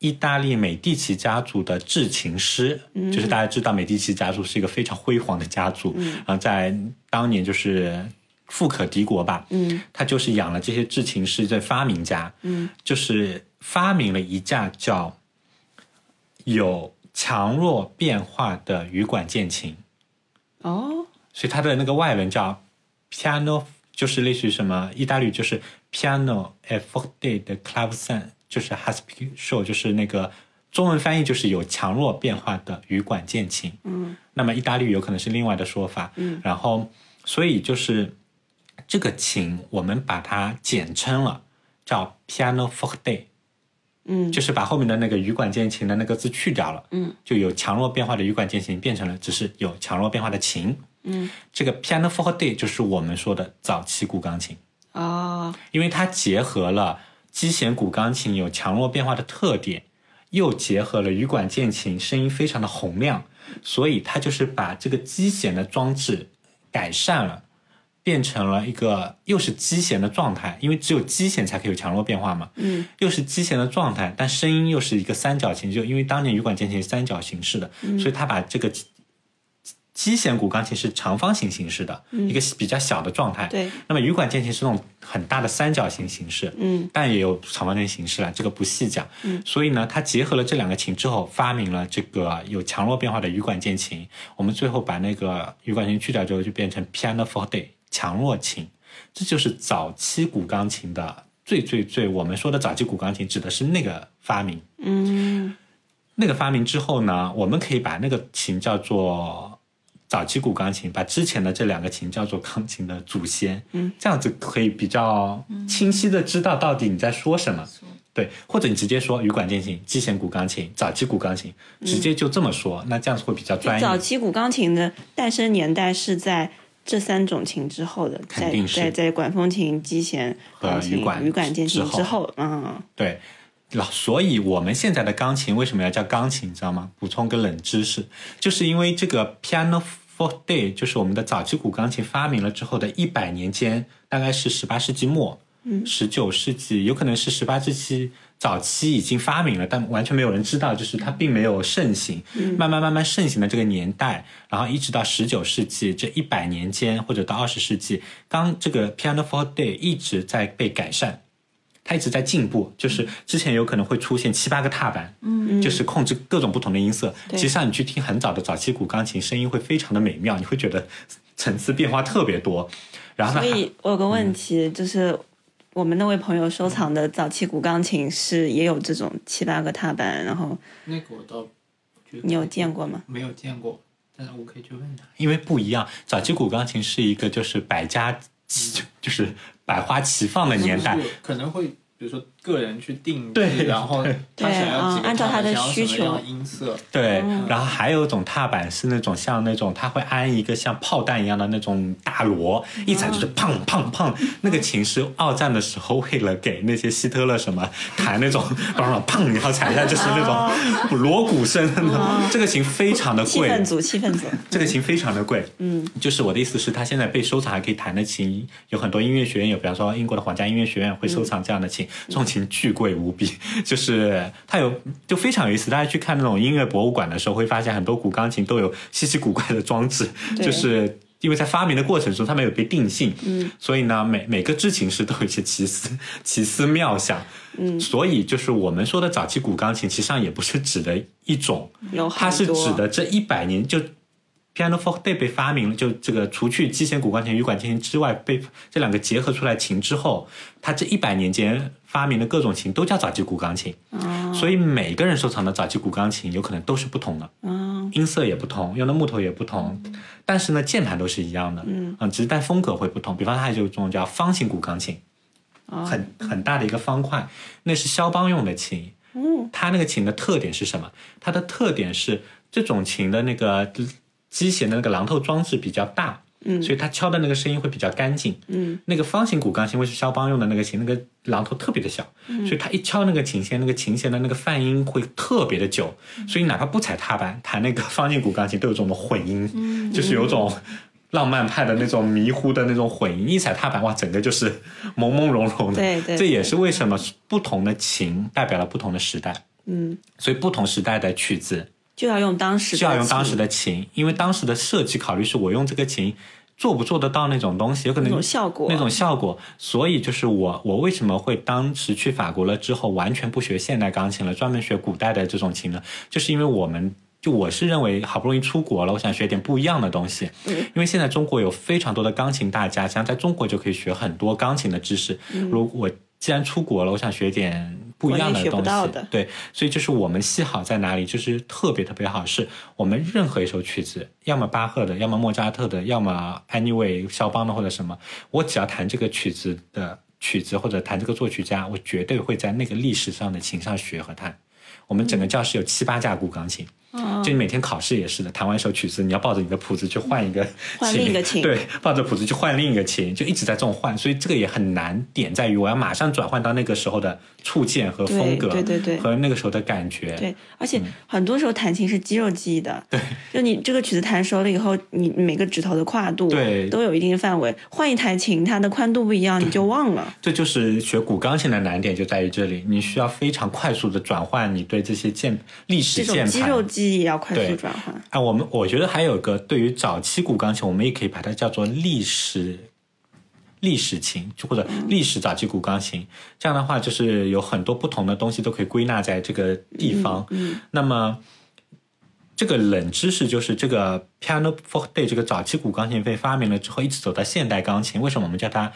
B: 意大利美第奇家族的制琴师，就是大家知道美第奇家族是一个非常辉煌的家族，然后在当年就是富可敌国吧，嗯，他就是养了这些制琴师的发明家，嗯，就是发明了一架叫有强弱变化的羽管键琴，
A: 哦，
B: 所以它的那个外文叫 piano，就是类似于什么意大利语就是 piano e forte 的 clavecin，就是 h a s p i s h o 就是那个中文翻译就是有强弱变化的羽管键琴。嗯，那么意大利语有可能是另外的说法。嗯，然后所以就是这个琴，我们把它简称了叫 piano forte。
A: 嗯，
B: 就是把后面的那个羽管键琴的那个字去掉了，嗯，就有强弱变化的羽管键琴变成了只是有强弱变化的琴，这个 piano forte 就是我们说的早期古钢琴，
A: 哦，
B: 因为它结合了击弦古钢琴有强弱变化的特点，又结合了羽管键琴声音非常的洪亮，所以它就是把这个击弦的装置改善了。变成了一个又是击弦的状态，因为只有击弦才可以有强弱变化嘛。嗯，又是击弦的状态，但声音又是一个三角形，就因为当年羽管键琴是三角形式的，所以他把这个击击弦古钢琴是长方形形式的、一个比较小的状态。
A: 对，
B: 那么羽管键琴是那种很大的三角形形式，
A: 嗯，
B: 但也有长方形形式了，这个不细讲。嗯，所以呢，它结合了这两个琴之后，发明了这个有强弱变化的羽管键琴。我们最后把那个羽管琴去掉之后，就变成 piano forte 强弱琴。这就是早期古钢琴的最最最，我们说的早期古钢琴指的是那个发明。
A: 嗯，
B: 那个发明之后呢，我们可以把那个琴叫做早期古钢琴，把之前的这两个琴叫做钢琴的祖先，嗯，这样子可以比较清晰的知道到底你在说什么。对，或者你直接说羽管键琴、击弦古钢琴、早期古钢琴，直接就这么说，那这样子会比较专业。
A: 早期古钢琴的诞生年代是在这三种琴之后的，
B: 肯
A: 在
B: 定是
A: 在在管风琴、击弦、
B: 和
A: 钢琴、
B: 羽管
A: 羽管键琴
B: 之后
A: 之后，嗯，
B: 对，老，所以我们现在的钢琴为什么要叫钢琴，你知道吗？补充个冷知识，就是因为这个 piano Fourth Day 就是我们的早期古钢琴发明了之后的一百年间，大概是十八世纪末、十九世纪，有可能是十八世纪早期已经发明了，但完全没有人知道，就是它并没有盛行。慢慢慢慢盛行的这个年代，然后一直到十九世纪这一百年间，或者到二十世纪，刚这个 Piano Fourth Day 一直在被改善。它一直在进步，就是之前有可能会出现七八个踏板，嗯，就是控制各种不同的音色。
A: 对
B: 其实像你去听很早的早期古钢琴，声音会非常的美妙，你会觉得层次变化特别多。然后呢
A: [LAUGHS] 所，以我有个问题，
B: 嗯
A: 就是我们那位朋友收藏的早期古钢琴是也有这种七八个踏板，然后
D: 那个我倒觉得
A: 你有见过吗？
D: 没有见过，但是我可以去问他。
B: 因为不一样，早期古钢琴是一个就是百家齐，就是百花齐放的年代
D: 是不，是可能会比如说个人去定
B: 对
D: 制，然后他想要
A: 对
D: 几
A: 嗯
D: 个
A: 按照他的
D: 想要
A: 需
D: 什么样
A: 求
D: 音色，
B: 对，
A: 嗯
B: 然后还有一种踏板是那种像那种，它会安一个像炮弹一样的那种大锣，
A: 嗯
B: 一踩就是砰砰砰。那个琴是二战的时候为了给那些希特勒什么弹那
A: [LAUGHS]
B: 种，砰砰砰，然后踩一下就是那种锣鼓声的那种。这个琴非常的
A: 哦嗯气
B: 贵，
A: 氛组，气氛组，
B: 这个琴非常的贵，嗯，就是我的意思是，它现在被收藏还可以弹的琴，有很多音乐学院有，比方说英国的皇家音乐学院会收藏这样的琴，这种琴巨贵无比， [LAUGHS] 就是它有就非常有意思。大家去看那种音乐博物馆的时候，会发现很多古钢琴都有稀奇古怪的装置，
A: 对
B: 就是。因为在发明的过程中，它没有被定性，嗯，所以呢，每每个制琴师都有一些奇思 [LAUGHS] 奇思妙想，嗯，所以就是我们说的早期古钢琴，其实上也不是指的一种，
A: 有
B: 它
A: 很
B: 是
A: 多。
B: 指的这一百年就 piano forte 被被发明了，就这个除去机弦古钢琴、羽管键琴之外，被这两个结合出来琴之后，它这一百年间发明的各种琴都叫早期古钢琴，
A: 哦
B: 所以每个人收藏的早期古钢琴有可能都是不同的，
A: 啊
B: 音色也不同，用的木头也不同，但是呢，键盘都是一样的，嗯，只是但风格会不同。比方它还有一种叫方形古钢琴，很很大的一个方块，那是肖邦用的琴。嗯，它那个琴的特点是什么？它的特点是这种琴的那个机弦的那个榔头装置比较大，嗯，所以它敲的那个声音会比较干净，嗯，那个方形古钢琴，为是肖邦用的那个琴，那个榔头特别的小，
A: 嗯
B: 所以它一敲那个琴弦，那个琴弦的那个泛音会特别的久，
A: 嗯
B: 所以哪怕不踩踏板，弹那个方形古钢琴都有这种的混音，
A: 嗯
B: 就是有种。浪漫派的那种迷糊的那种混音，一踩踏板，哇，整个就是朦朦胧胧的。
A: 对对
B: 这也是为什么不同的琴代表了不同的时代。
A: 嗯，
B: 所以不同时代的曲子
A: 就要用当时的
B: 就要用当时
A: 琴
B: 的琴，因为当时的设计考虑是我用这个琴做不做得到那种东西，有可能
A: 那种效果
B: 那种效果。所以就是我我为什么会当时去法国了之后完全不学现代钢琴了，专门学古代的这种琴呢？就是因为我们。就我是认为，好不容易出国了，我想学点不一样的东西。因为现在中国有非常多的钢琴大家，像在中国就可以学很多钢琴的知识。如果我既然出国了，我想学点不一
A: 嗯国
B: 样
A: 内
B: 的
A: 学不
B: 东
A: 到
B: 西，
A: 的
B: 对，所以就是我们戏好在哪里，就是特别特别好，是我们任何一首曲子，要么巴赫的，要么莫扎特的，要么 anyway 肖邦的或者什么，我只要弹这个曲子的曲子或者弹这个作曲家，我绝对会在那个历史上的琴上学和弹。我们整
A: 嗯
B: 个教室有七八架古钢琴，
A: 啊
B: 就你每天考试也是的，弹完一首曲子，你要抱着你的谱子去换一个琴，
A: 换另一个琴
B: 对，抱着谱子去换另一个琴，就一直在这种换，所以这个也很难。点在于我要马上转换到那个时候的触键和风格，
A: 对对对对
B: 和嗯那个时候的感觉，
A: 对，而且很多时候弹琴是肌肉记忆的，对，就你这个曲子弹熟了以后，你每个指头的跨度
B: 对
A: 都有一定的范围，换一台琴，它的宽度不一样，你就忘了。
B: 这就是学古钢琴的难点就在于这里，你需要非常快速的转换你对这些键历
A: 这
B: 史
A: 种
B: 键盘
A: 肌肉记忆要快速
B: 对
A: 转换，
B: 啊，我们我觉得还有个对于早期古钢琴，我们也可以把它叫做历史历史琴，就或者历史早期古钢琴。这样的话，就是有很多不同的东西都可以归纳在这个地方。
A: 嗯
B: 那么。这个冷知识就是这个 piano forte 这个早期古钢琴被发明了之后，一直走到现代钢琴。为什么我们叫它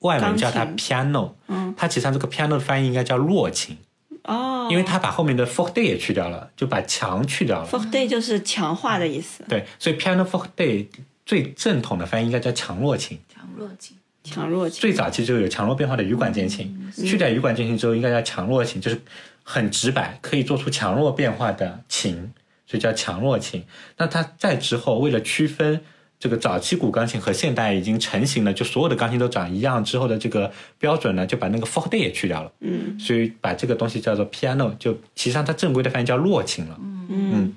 B: 外文叫它
A: 钢
B: piano？嗯，它其实上这个 piano 的翻译应该叫弱琴，
A: 哦，
B: 因为它把后面的 forte 也去掉了，就把强去掉了。
A: f o r day 就是强化的意思，
B: 对，所以 piano forte 最正统的翻译应该叫强弱琴。
C: 强弱情，
A: 强弱琴。
B: 最早期就有强弱变化的羽管键琴，去掉羽管键琴之后，应该叫强弱琴，就是很直白，可以做出强弱变化的琴，所以叫强弱琴。那它再之后，为了区分这个早期古钢琴和现代已经成型了，就所有的钢琴都长一样之后的这个标准呢，就把那个 forte 也去掉了，嗯，所以把这个东西叫做 piano，就其实上它正规的翻译叫弱琴了，嗯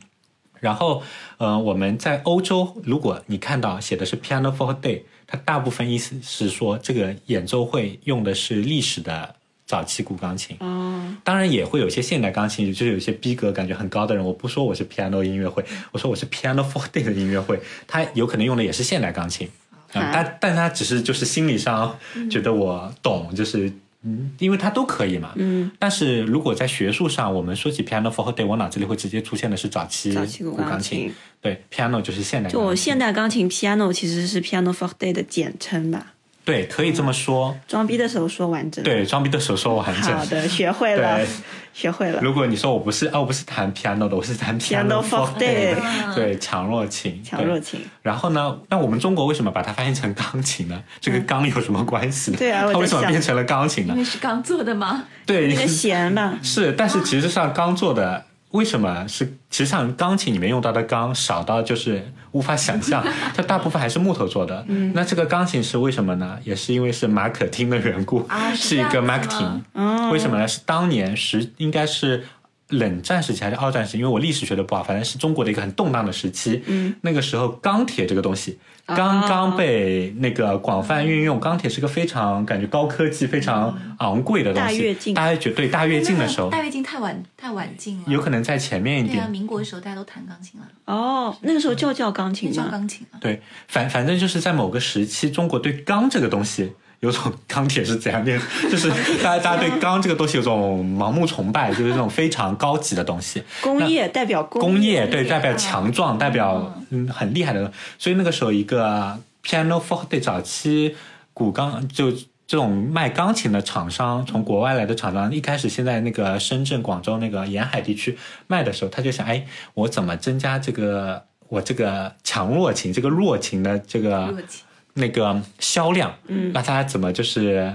B: 然后，嗯、我们在欧洲，如果你看到写的是 Piano for Day，它大部分意思是说这个演奏会用的是历史的早期古钢琴。
A: 哦，
B: 当然也会有一些现代钢琴，就是有一些逼格感觉很高的人，我不说我是 piano 音乐会，我说我是 piano for day 的音乐会，他有可能用的也是现代钢琴，啊、
A: 啊
B: 但但他只是就是心理上觉得我懂，就是嗯，因为他都可以嘛，嗯。但是如果在学术上，我们说起 piano for day，我脑子里会直接出现的是早期
A: 早期古
B: 古
A: 钢
B: 钢琴
A: 琴，
B: 对，piano 就是现代钢琴，
A: 就我现代钢琴 piano 其实是 piano forte 的简称吧？
B: 对，可以这么说，
A: 装逼的时候说完整。，
B: 对，装逼的手说完整。
A: 好的，学会了
B: 对，
A: 学会了。
B: [LAUGHS] 如果你说我不是啊，我不是弹 piano 的，我是弹
A: Piano
B: for
A: for
B: day，
C: day
B: 对，强弱琴，
A: 强弱
B: 对。
A: 琴，
B: 然后呢？那我们中国为什么把它翻译成钢琴呢？这跟钢有什么关系呢？
A: 嗯对啊我在
B: 它为什么
A: 想
B: 变成了钢琴
C: 因
B: 呢？
C: 为是刚做的吗？
B: 对
A: 那，
B: [LAUGHS]
A: 个弦吧，
B: 是，但是其实上钢做的为什么是？其实上钢琴里面用到的钢少到就是无法想
C: [LAUGHS]
B: 象，它大部分还是木头做的。
C: 嗯
B: 那这个钢琴是为什么呢？也是因为是马可汀的缘故，
C: 啊是
B: 是一
C: 这
B: 个
C: 样
B: 马
C: 子
B: 可汀
C: 吗。嗯
A: 哦
B: 为什么呢？是当年时应该是。冷战时期还是二战时期？因为我历史学的不好，反正是中国的一个很动荡的时期。嗯，那个时候钢铁这个东西刚刚被那个广泛运
C: 哦
B: 用，钢铁是个非常感觉高科技、非常
C: 嗯
B: 昂贵的东西。
A: 大跃进
B: 大跃进对大跃进的时候，
C: 大跃进太晚太晚进了，
B: 有可能在前面一
C: 对啊，
B: 点。
C: 民国的时候大家都弹钢琴了，
A: 哦，那个时候就叫钢琴
C: 教
A: 嘛，
C: 钢琴啊，
B: 对，反反正就是在某个时期，中国对钢这个东西有种钢铁是怎样炼， [LAUGHS] 就是大家大家对钢这个东西有种盲目崇拜，就是这种非常高级的东西。
A: 工业代表
B: 工业对
C: 工业
B: 代表
C: 啊
B: 强壮，代表嗯很厉害的，所以那个时候一个 piano forte 早期古钢就。这种卖钢琴的厂商，从国外来的厂商，一开始先在那个深圳、广州那个沿海地区卖的时候，他就想，哎，我怎么增加这个我这个强弱琴、这个弱琴的这个
C: 热情。
B: 那个销量，嗯，那他怎么就是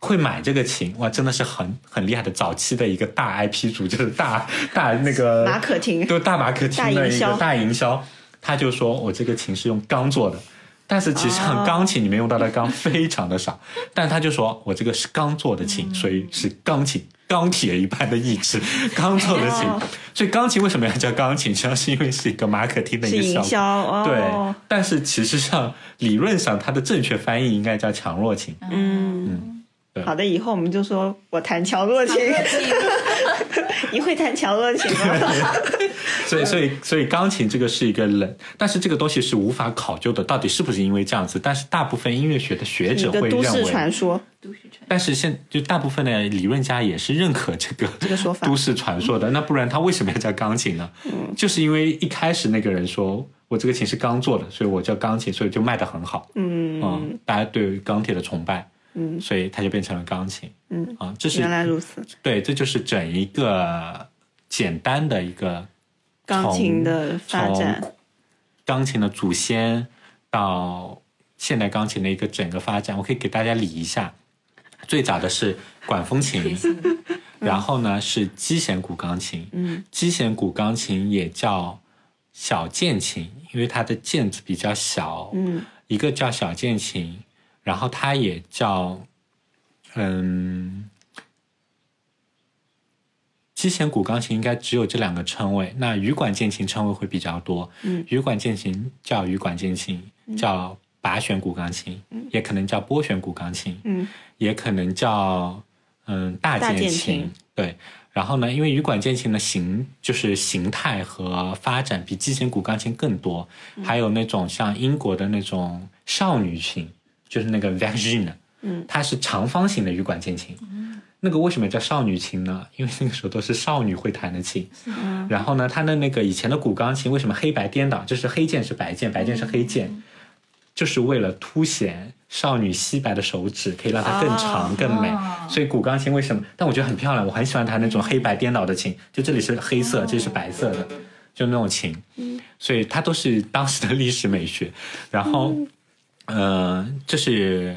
B: 会买这个琴？哇，真的是很很厉害的，早期的一个大 IP 主，就是大大那 [LAUGHS] 个
A: 马可 [LAUGHS] 婷，
B: 就大马可
A: 大
B: 琴
A: 营
B: 的一
A: 销
B: 个大营销，他就说我这个琴是用钢做的，但是其实
A: 哦
B: 上钢琴里面用到
A: [LAUGHS]
B: 的钢非常的少，但他就说我这个是钢做的
A: 嗯
B: 琴，所以是钢琴。钢铁一般的意
A: [LAUGHS]
B: 志，钢做的琴
A: 哦，
B: 所以钢琴为什么要叫钢琴？主要是因为是一个马可汀的一
A: 是
B: 个
A: 营
B: 效果
A: 销哦
B: 对，，但是其实上理论上它的正确翻译应该叫强弱琴。
A: 嗯。
B: 对
A: 好的，以后我们就说我弹强弱琴， [LAUGHS] 你会弹强弱琴吗？
B: 所以所以所以钢琴这个是一个冷，但是这个东西是无法考究的，到底是不是因为这样子？但是大部分音乐学的学
A: 一
B: 者
A: 个
B: 会
A: 都市
B: 认
A: 传
B: 为，
A: 说，
C: [LAUGHS] 都市传
B: 但是现就大部分的理论家也是认可这个
A: 这个说法嗯
B: 都市传说的。那不然它为什么要叫钢琴呢？就是因为一开始那个人说我这个琴是钢做的，所以我叫钢琴，所以就卖得很好。
A: 嗯
B: 嗯，大家对于钢铁的崇拜，
A: 嗯
B: 所以它就变成了钢琴。
A: 嗯，
B: 啊，这是
A: 原来如此，
B: 对，这就是整一个简单的一个
A: 钢琴的发展，
B: 钢琴的祖先到现代钢琴的一个整个发展，我可以给大家理一下。最早的是管风
C: [LAUGHS]
B: 琴，然后呢是击弦古钢琴，
A: 嗯，
B: 击弦古钢琴也叫小键琴，因为它的键子比较小，
A: 嗯，
B: 一个叫小键琴，然后它也叫嗯，击弦古钢琴应该只有这两个称谓，那羽管键琴称谓会比较多。
A: 嗯，
B: 羽管键琴叫羽管键琴，叫拔弦古钢琴，也可能叫拨弦古钢琴，
A: 嗯，
B: 也可能叫嗯大
A: 大键
B: 键
A: 琴
B: 对，然后呢，因为羽管键琴的形就是形态和发展比击弦古钢琴更多，
A: 嗯
B: 还有那种像英国的那种少女琴，就是那个 vagina，
A: 嗯，
B: 它是长方形的羽管键琴。那个为什么叫少女琴呢？ [LAUGHS] 因为那个时候都是少女会弹的琴。然后呢，它的那个以前的古钢琴为什么黑白颠倒？就是黑键是白键，白键是黑键，就是为了凸显少女细白的手指，可以让它更长、更美。所以古钢琴为什么？但我觉得很漂亮，我很喜欢弹那种黑白颠倒的琴，就这里是黑色，这里是白色的，就那种琴。所以它都是当时的历史美学。然后，呃，这是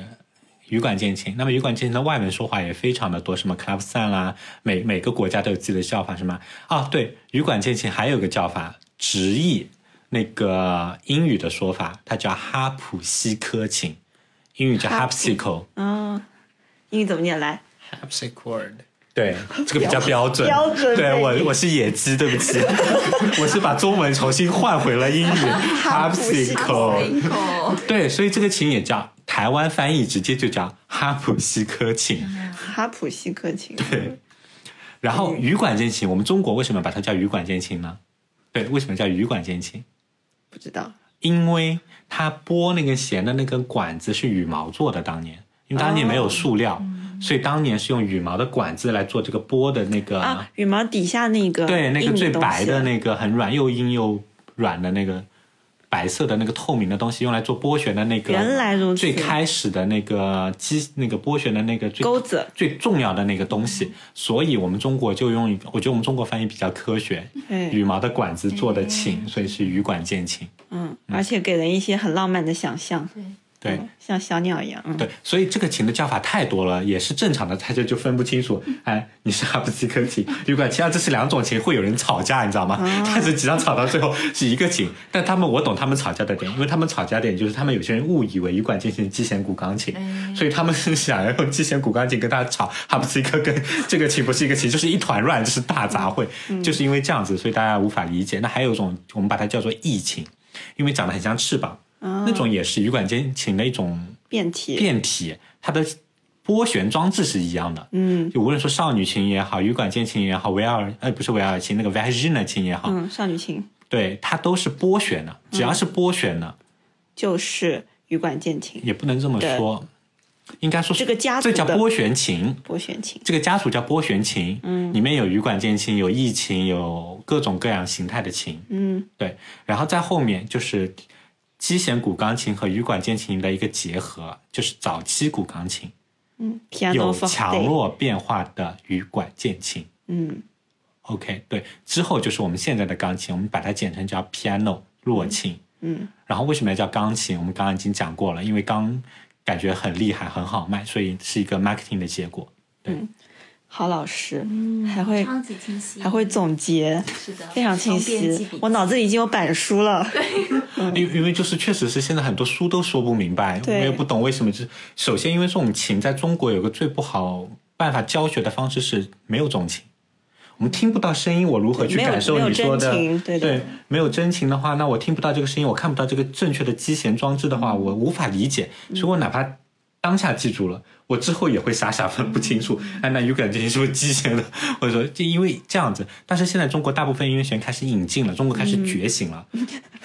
B: 羽管键琴。那么羽管键琴的外文说法也非常的多，什么 club san 啦、每每个国家都有自己的叫法，什么啊，对，羽管键琴还有个叫法，直译那个英语的说法，它叫哈普西科琴，英语叫 harpsichord。
A: 啊哦，英语怎么念来？
D: harpsichord
B: 对，这个比较标准。
A: 标准
B: 对
A: 配音
B: 我我是野鸡，对不
A: [LAUGHS]
B: 起，我是把中文重新换回了英语
C: Popsicle
B: ，popsicle。对，所以这个琴也叫台湾翻译，直接就叫哈普西科琴。
A: 哈普西克琴，
B: 对，然后羽管键琴，我们中国为什么把它叫羽管键琴呢？对，为什么叫羽管键琴？
A: 不知道。
B: 因为它拨那个弦的那根管子是羽毛做的，当年，因为当年没有塑料，所以当年是用羽毛的管子来做这个拨的那个，
A: 啊，羽毛底下那个
B: 对，那
A: 硬
B: 个
A: 的
B: 最
A: 东
B: 白
A: 西
B: 的那个很软又硬又软的那个白色的那个透明的东西，用来做拨弦的那个，
A: 原来如此
B: 最开始的那个机那个拨弦的那个最
A: 钩子嗯
B: 最重要的那个东西，所以我们中国就用一个，我觉得我们中国翻译比较科学，
A: 对
B: 羽毛的管子做的琴，所以是羽管键琴。
A: 嗯，而且给人一些很浪漫的想象，
B: 对，
A: 像小鸟一样。嗯，
B: 对，所以这个琴的叫法太多了，也是正常的，大家就分不清楚。哎，你是哈布斯克琴、羽管琴啊，这是两种琴，会有人吵架，你知道吗？但是几上吵到最后是一个琴。但他们我懂他们吵架的点，因为他们吵架点就是他们有些人误以为羽管键琴是击弦古钢琴，所以他们是想要用击弦古钢琴跟他吵，哈布斯克跟这个琴不是一个琴，就是一团乱，就是大杂烩，就是因为这样子，所以大家无法理解。那还有一种，我们把它叫做翼琴，因为长得很像翅膀。那种也是羽管键琴的一种
A: 变体。
B: 变体，它的拨弦装置是一样的。
A: 嗯
B: 就无论说少女琴也好，羽管键琴也好，维尔呃不是维尔琴，那个 vagina 琴也好，
A: 嗯，少女琴
B: 对，它都是拨弦的。只要是拨弦的，
A: 就是羽管键琴、
B: 也不能这么说，应该说
A: 这个家族
B: 这叫
A: 的
B: 拨弦琴。
A: 拨弦琴。
B: 这个家族叫拨弦琴，嗯，里面有羽管键琴，有翼琴，有各种各样形态的琴，
A: 嗯，
B: 对，然后在后面就是击弦古钢琴和羽管键琴的一个结合，就是早期古钢琴，
A: 嗯 piano
B: 有
A: for
B: 强
A: day。
B: 弱变化的羽管键琴。
A: 嗯
B: OK，对，之后就是我们现在的钢琴，我们把它简称叫 piano 弱琴。
A: 嗯，
B: 然后为什么要叫钢琴？我们刚刚已经讲过了，因为钢感觉很厉害，很好卖，所以是一个 marketing 的结果。
A: 好老师，还会
C: 嗯超级清晰，
A: 还会总结，
C: 是的，
A: 非常清
C: 方便记
A: 晰
C: 笔。
A: 我脑子里已经有板书了。
B: 因、因为就是确实是现在很多书都说不明白，我
A: 对
B: 也不懂为什么。就是首先，因为这种琴在中国有个最不好办法教学的方式是没有这种琴，我们听不到声音，我如何去
A: 没有
B: 感受
A: 没有
B: 你说的
A: 真情？对的
B: 没有真情的话，那我听不到这个声音，我看不到这个正确的击弦装置的话，我无法理解。
A: 嗯
B: 所以我哪怕当下记住了，我之后也会傻傻分不清楚。
A: 嗯
B: 哎，那有感这些是不是击弦的？ [LAUGHS] 或者说，就因为这样子。但是现在中国大部分音乐学院开始引进了，中国开始
A: 嗯
B: 觉醒了。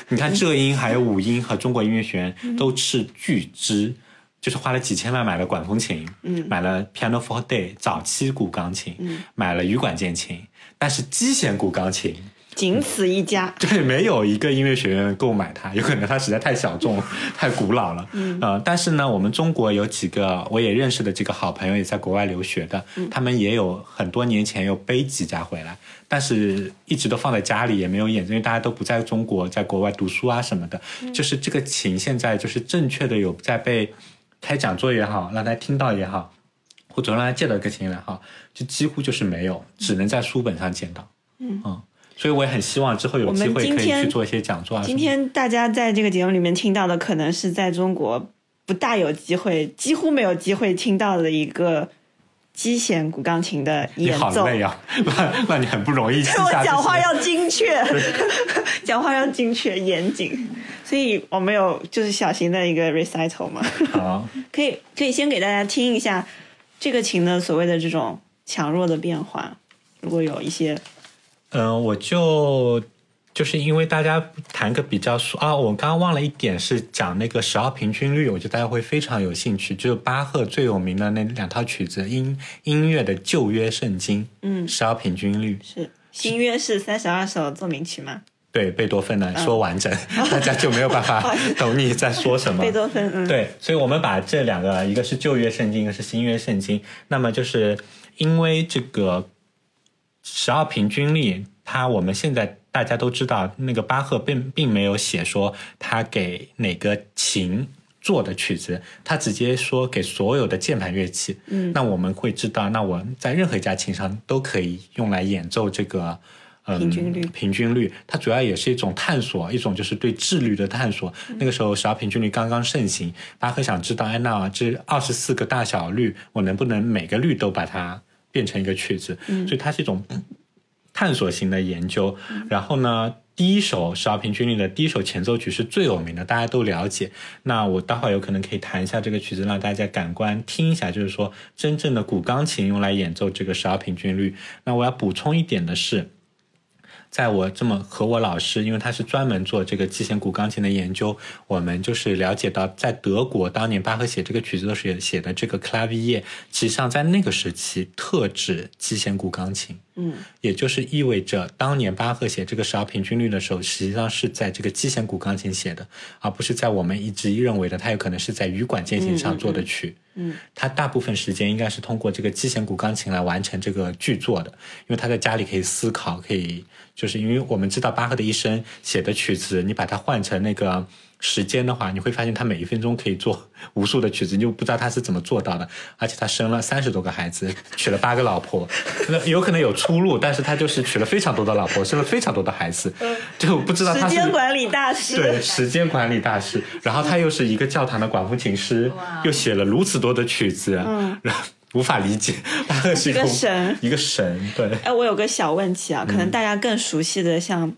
B: 你看浙音还有五音和中国音乐学院都斥巨资，就是花了几千万买了管风琴，嗯，买了 piano for day 早期古钢琴，嗯，买了羽管键琴，但是击弦古钢琴。
A: 仅此一家。
B: 对，没有一个音乐学院购买它，有可能它实在太小众、太古老了。嗯、呃，但是呢，我们中国有几个我也认识的几个好朋友也在国外留学的，他们也有很多年前有背几架回来，但是一直都放在家里也没有演奏，因为大家都不在中国，在国外读书啊什么的。就是这个琴现在就是正确的有在被开讲座也好，让大家听到也好，或者让大家见到一个琴也好，就几乎就是没有，只能在书本上见到。嗯所以我也很希望之后有机会
A: 我们今
B: 可以
A: 天
B: 去做一些讲座啊什么的。
A: 今天大家在这个节目里面听到的，可能是在中国不大有机会，几乎没有机会听到的一个击弦古钢琴的
B: 你
A: 演
B: 好
A: 奏。 [LAUGHS]
B: 累啊， [LAUGHS] 那那你很不容易记
A: 我
B: 下这
A: 讲话
B: 些
A: 要精确，
B: [LAUGHS]
A: 讲话要精确严谨，所以我们有就是小型的一个 recital 嘛，
B: 好，
A: 可以可以先给大家听一下这个琴的所谓的这种强弱的变化，如果有一些
B: 嗯，我就就是因为大家谈个比较熟啊，我刚刚忘了一点是讲那个十二平均律，我觉得大家会非常有兴趣，就是巴赫最有名的那两套曲子音音乐的旧约圣经，
A: 嗯
B: 十二平均律，
A: 是新约是三十二首奏鸣曲嘛，
B: 对贝多芬呢说完整， [LAUGHS] 大家就没有
A: [LAUGHS]
B: 办法懂你在说什
A: 嗯
B: 么
A: 贝。多芬，嗯，
B: 对，所以我们把这两个，一个是旧约圣经，一个是新约圣经。那么就是因为这个十二平均律，它我们现在大家都知道，那个巴赫并并没有写说他给哪个琴做的曲子，他直接说给所有的键盘乐器。嗯，那我们会知道，那我在任何一架琴上都可以用来演奏这个。嗯，
A: 平均律
B: 平均律，它主要也是一种探索，一种就是对智律的探索。那个时候，十二平均律刚刚盛行，巴赫想知道，哎，那这二十四个大小律，我能不能每个律都把它变成一个曲子，所以它是一种嗯探索型的研究。然后呢，第一首少平军令的第一首前奏曲是最有名的，大家都了解。那我待会儿有可能可以弹一下这个曲子，让大家感官听一下，就是说真正的古钢琴用来演奏这个少平军律。那我要补充一点的是。在我这么和我老师，因为他是专门做这个击弦古钢琴的研究，我们就是了解到，在德国当年巴赫写这个曲子的时候写的这个克拉维耶，实际上在那个时期特指击弦古钢琴。
A: 嗯，
B: 也就是意味着当年巴赫写这个十二平均律的时候，实际上是在这个击弦古钢琴写的，而不是在我们一直认为的，它有可能是在羽管键琴上做的曲。
A: 嗯嗯嗯
B: 它大部分时间应该是通过这个击弦古钢琴来完成这个剧作的，因为他在家里可以思考，可以就是因为我们知道巴赫的一生写的曲子，你把它换成那个。时间的话，你会发现他每一分钟可以做 [LAUGHS] 无数的曲子，你就不知道他是怎么做到的。而且他生了三十多个孩子，娶了八个老婆，那有可能有出路，但是他就是娶了非常多的老婆，生了非常多的孩子，就不知道他
A: 嗯时
B: 是
A: 间管理大师。
B: 对时间管理大师。然后他又是一个教堂的管风琴师，又写了如此多的曲子，然后无法理解，巴赫
A: 嗯 [LAUGHS] 一
B: 是
A: 个神，
B: 一个神，对。
A: 哎，我有个小问题啊，可
B: 嗯
A: 能大家更熟悉的，像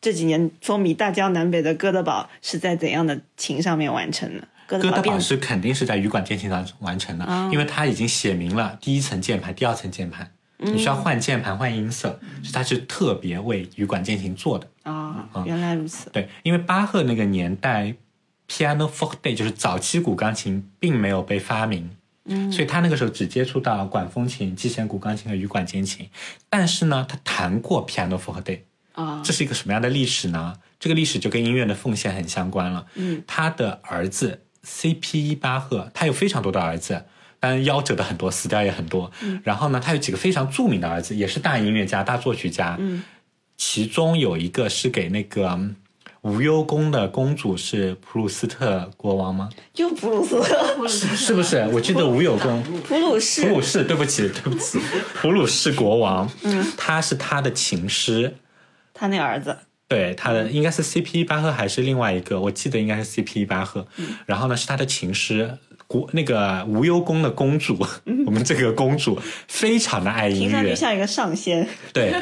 A: 这几年风靡大江南北的哥德堡，是在怎样的琴上面完成的？哥
B: 哥
A: 德堡
B: 德
A: 变
B: 堡是肯定是在羽管键琴上完成的，
A: 嗯
B: 因为它已经写明了第一层键盘、第二层键盘，你需要换键盘、换音色，
A: 嗯
B: 所以它是特别为羽管键琴做的。
A: 啊、
B: 嗯
A: 原来如此。
B: 对，因为巴赫那个年代，piano forte 就是早期古钢琴并没有被发明，嗯，所以他那个时候只接触到管风琴、击弦古钢琴和羽管键琴，但是呢，他弹过 piano forte，
A: 啊
B: 这是一个什么样的历史呢？这个历史就跟音乐的奉献很相关了。嗯，他的儿子 C.P. 巴赫，他有非常多的儿子，当然夭折的很多，死掉也很多。然后呢，他有几个非常著名的儿子，也是大音乐家、大作曲家。嗯，其中有一个是给那个嗯无忧宫的公主，是普鲁斯特国王 [LAUGHS] 吗？
A: 就普鲁斯 [LAUGHS] 特、
B: 是不是？我记得无有宫。
A: 普鲁
B: 普
A: 士
B: 鲁士，对不起，对不起，普鲁士国王，嗯，他是他的琴师，
A: 他那儿子，
B: 对，他
A: 嗯
B: 的应该是 CP 巴赫还是另外一个，我记得应该是 CP 巴赫。
A: 嗯
B: 然后呢，是他的琴师，国那个无忧宫的公主， [LAUGHS] 我们这个公主非常的爱
A: 嗯
B: 音
A: 听上去
B: 乐，
A: 像一个上仙。
B: 对，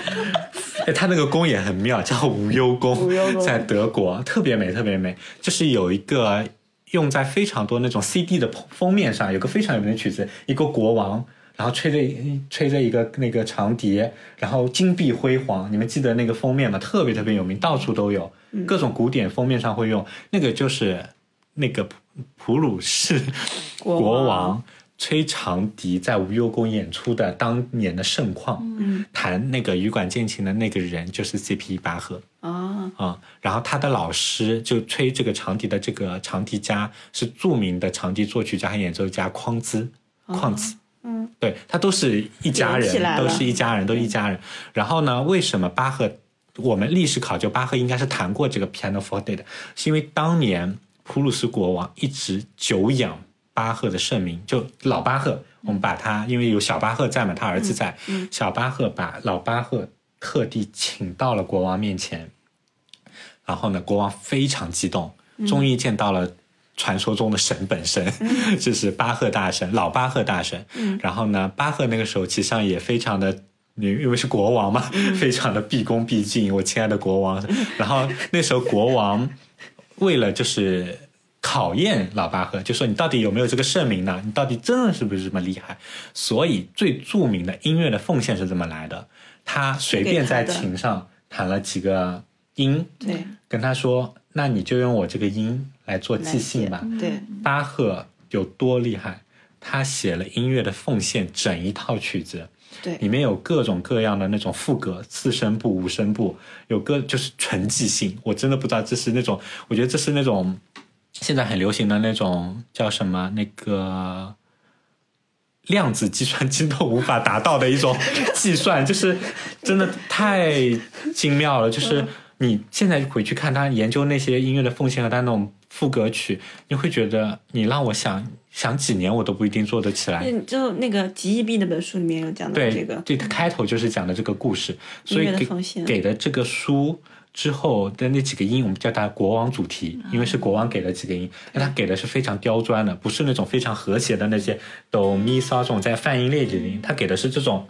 B: 哎，他那个宫也很妙，叫无忧宫
A: 无忧，宫
B: 在德国特别美，特别美，就是有一个用在非常多那种 CD 的封面上，有个非常有名的曲子，一个国王。然后吹着一吹着一个那个长笛，然后金碧辉煌，你们记得那个封面吗？特别特别有名，到处都有，各种古典封面上会用。那个就是那个普普鲁士
A: 国
B: 国
A: 王
B: 王吹长笛在无忧宫演出的当年的盛况。
A: 嗯
B: 弹那个羽管键琴的那个人就是 C.P. 巴赫
A: 啊，
B: 啊、然后他的老师就吹这个长笛的这个长笛家是著名的长笛作曲家和演奏家匡兹，匡兹。
A: 哦嗯，
B: 对他都是一家
A: 连起
B: 人，
A: 来
B: 都
A: 了
B: 是一家人，都一家人。然后呢，为什么巴赫？我们历史考究，巴赫应该是弹过这个 piano forte 的，是因为当年普鲁士国王一直久仰巴赫的盛名，就老巴
A: 嗯
B: 赫，我们把他，因为有小巴赫在嘛，他儿子在，小巴赫把老巴赫特地请到了国王面前，然后呢，国王非常激动，终于见到了传说中的神本身， [LAUGHS] 就是巴赫大神，老巴赫大神。然后呢，巴赫那个时候其实上也非常的。因因为是国王嘛， [LAUGHS] 非常的毕恭毕敬，我亲爱的国王。然后那时候国王为了就是考验老巴赫，就说你到底有没有这个盛名呢？你到底真的是不是这么厉害？所以最著名的音乐的奉献是这么来的？他随便在琴上弹了几个音，
A: 对
B: 跟他说：“那你就用我这个音来做即兴吧。
A: 对，”
B: 巴赫有多厉害？他写了音乐的奉献整一套曲子，
A: 对
B: 里面有各种各样的那种副歌、四声部、五声部，有个就是纯即兴。我真的不知道这是那种，我觉得这是那种现在很流行的那种叫什么那个。量子计算机都无法达到的一种计算，就是真的太精妙了。就是你现在回去看他研究那些音乐的奉献和他那种副歌曲，你会觉得你让我想想几年我都不一定做得起来。
A: 嗯，就那个《极易币》那本书里面有讲到
B: 对，
A: 这个，
B: 对，它开头就是讲的这个故事，所
A: 音乐
B: 以
A: 的啊
B: 给
A: 奉献
B: 给的这个书之后的那几个音，我们叫它国王主题，因为是国王给了几个音，但他给的是非常刁钻的，不是那种非常和谐的那些哆咪嗦这种在泛音列里的音，他给的是这种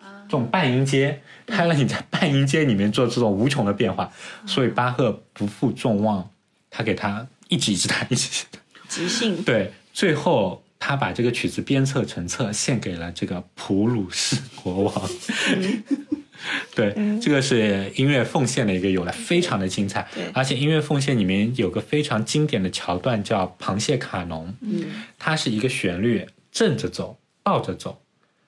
A: 啊
B: 这种半音阶，他让你在半音阶里面做这种无穷的变化，所以巴赫不负众望，他给他一直一直弹，一直一直弹。
A: 即兴。
B: 对，最后他把这个曲子编册成册，献给了这个普鲁士国王。
A: 嗯
B: [LAUGHS] 对，这个是音乐奉献的一个由来，非常的精彩
A: 对。
B: 而且音乐奉献里面有个非常经典的桥段叫《螃蟹卡农》，
A: 嗯，
B: 它是一个旋律正着走，倒着走，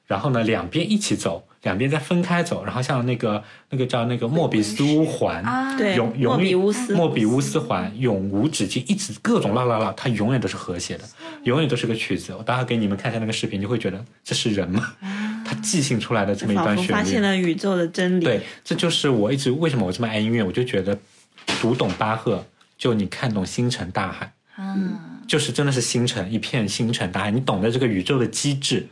B: 然后呢两边一起走，两边再分开走，然后像那个那个叫那个莫比苏环，
C: 啊，
A: 对
B: 永永
A: 莫比
B: 远
A: 乌斯
B: 莫比乌斯环永无止境，一直各种绕绕绕，它永远都是和谐的，永远都是个曲子。我待会给你们看一下那个视频，你会觉得这是人吗？他即兴出来的这么一
A: 啊仿
B: 段
A: 佛发
B: 旋
A: 现
B: 律，
A: 了宇宙的真理。
B: 对，这就是我一直为什么我这么爱音乐，我就觉得读懂巴赫，就你看懂星辰大海，
C: 嗯，
B: 就是真的是星辰一片星辰大海，你懂得这个宇宙的机制。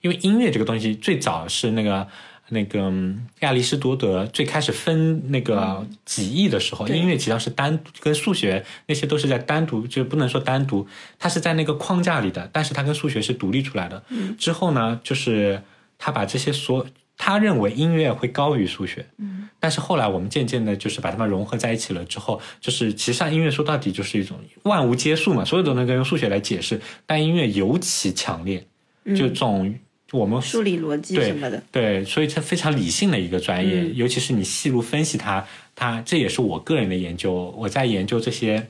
B: 因为音乐这个东西最早是那个那个嗯亚里士多德最开始分那个几义的时候，
A: 对
B: 音乐实际上是单跟数学那些都是在单独，就不能说单独，它是在那个框架里的，但是它跟数学是独立出来的。之后呢，就是他把这些所他认为音乐会高于数学，嗯，但是后来我们渐渐的，就是把它们融合在一起了之后，就是其实上音乐说到底就是一种万无皆数嘛，所有都能够用数学来解释，但音乐尤其强烈，就这种我们
A: 梳理逻辑
B: 对
A: 什么的，
B: 对，所以它非常理性的一个专业，
A: 嗯
B: 尤其是你细入分析它，它这也是我个人的研究。我在研究这些，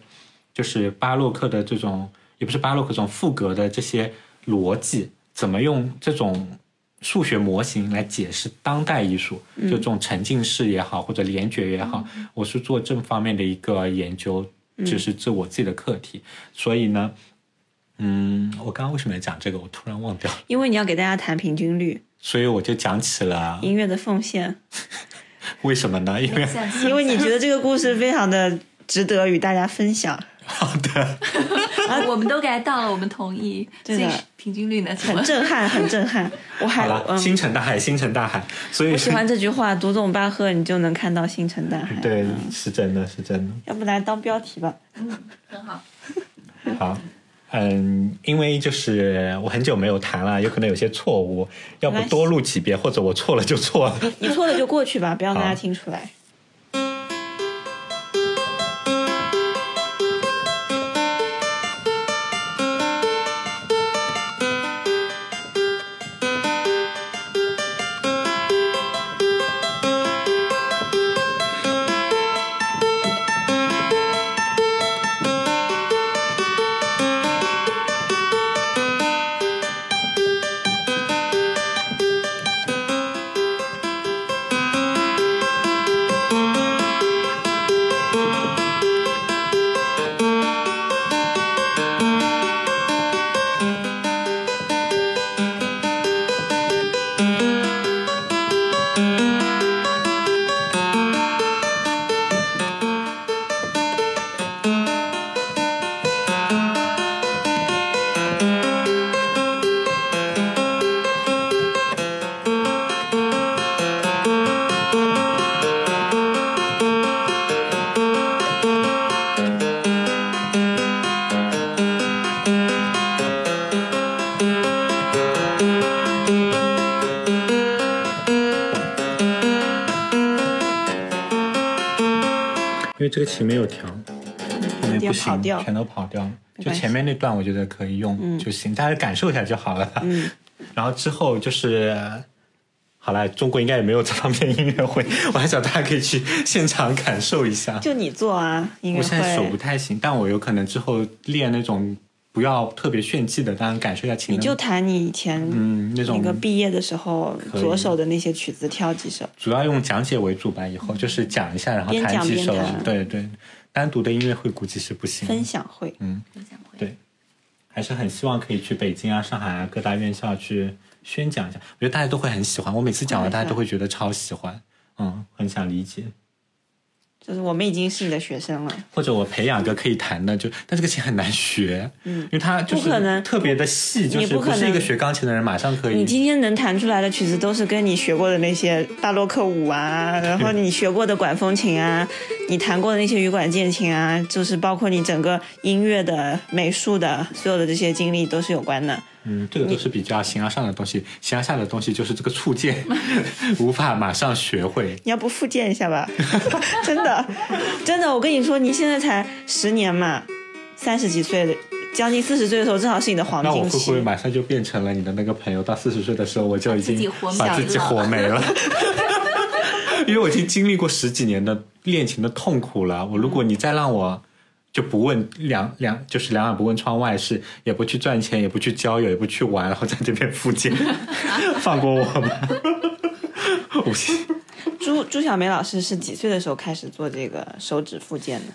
B: 就是巴洛克的这种，也不是巴洛克这种赋格的这些逻辑，怎么用这种数学模型来解释当代艺术，
A: 嗯
B: 就这种沉浸式也好，或者联觉也好，我是做这方面的一个研究，就是这我自己的课题。所以呢，嗯，我刚刚为什么要讲这个？我突然忘掉了，
A: 因为你要给大家谈平均律，
B: 所以我就讲起了。
A: 音乐的奉献，
B: 为什么呢？因
A: [LAUGHS]
B: 为
A: 嗯因为你觉得这个故事非常的值得与大家分享，
B: 好的，
C: [LAUGHS] 我们都 get 到了，我们同意。
A: [LAUGHS] 对
C: 所
A: 的
C: 以平均律呢？怎么
A: 很？震撼，很震撼。我还
B: 好了，
A: 嗯，
B: 星辰大海，星辰大海，所以
A: 我喜欢这句话，读懂巴赫，你就能看到星辰大海。
B: [LAUGHS] 对，是真的，是真的。
A: 要不来当标题吧？
C: 很好。
B: 好，嗯，因为就是我很久没有弹了，有可能有些错误，要不
A: 没关系
B: 多录几遍，或者我错了
A: [LAUGHS]
B: 就错了。
A: 你错了就过去吧，不要让大家
B: 好
A: 听出来。
B: 因为这个琴没有调，后面
A: 点
B: 不
A: 跑
B: 行，
A: 掉
B: 全都跑掉了。
A: 没
B: 就
A: 关系
B: 前面那段我觉得可以用就行，大家感受一下就好了。
A: 嗯，
B: 然后之后就是。好了，中国应该也没有这方面音乐会，我还想大家可以去现场感受一下。
A: 就你做啊，音乐
B: 我现在手不
A: 会，
B: 太行，但我有可能之后练那种不要特别炫技的，当然感受一下琴
A: 你
B: 的。
A: 就弹你以前
B: 嗯那种
A: 那个毕业的时候
B: 以
A: 左手的那些曲子，挑几首。
B: 主要用讲解为主吧，以后就是讲一下，然后
A: 边
B: 弹
A: 讲
B: 几
A: 边
B: 首
A: 弹。
B: 对对，单独的音乐会估计是不行的。
A: 分享会，
B: 嗯
C: 分享会
B: 对，还是很希望可以去北京啊、上海啊各大院校去宣讲一下，我觉得大家都会很喜欢。我每次讲完，
A: 会的
B: 大家都会觉得超喜欢，嗯，很想理解。
A: 就是我们已经是你的学生了，
B: 或者我培养个可以弹的，就但这个琴很难学，嗯，因为它就
A: 不可
B: 是
A: 能
B: 特别的细，就
A: 你
B: 是
A: 不可
B: 不是一个
A: 能
B: 学钢琴的人马上可
A: 你
B: 以。
A: 今天能弹出来的曲子都是跟你学过的那些大洛克舞啊，然后你学过的管风琴啊，你弹过的那些羽管键琴啊，就是包括你整个音乐的、美术的所有的这些经历都是有关的。
B: 嗯，这个都是比较形而上的东西，形而下的东西就是这个触键无法马上学会。
A: 你要不复健一下吧？ [LAUGHS] 真的，真的，我跟你说，你现在才十年嘛，三十几岁的，将近四十岁的时候，正好是你的黄
B: 那我
A: 金
B: 会不
A: 期
B: 会。马上就变成了你的那个朋友？到四十岁的时候，我就已
C: 自己
B: 经
C: 活没
B: 把
C: 了
B: 自己活没了，因为我已经经历过十几年的恋情的痛苦了。我如果你再让我就不问两两，就是两耳不问窗外事，也不去赚钱，也不去交友，也不去玩，然后在这边复健， [LAUGHS] 放过我吧！ [LAUGHS] 我
A: 朱朱小梅老师是几岁的时候开始做这个手指复健的？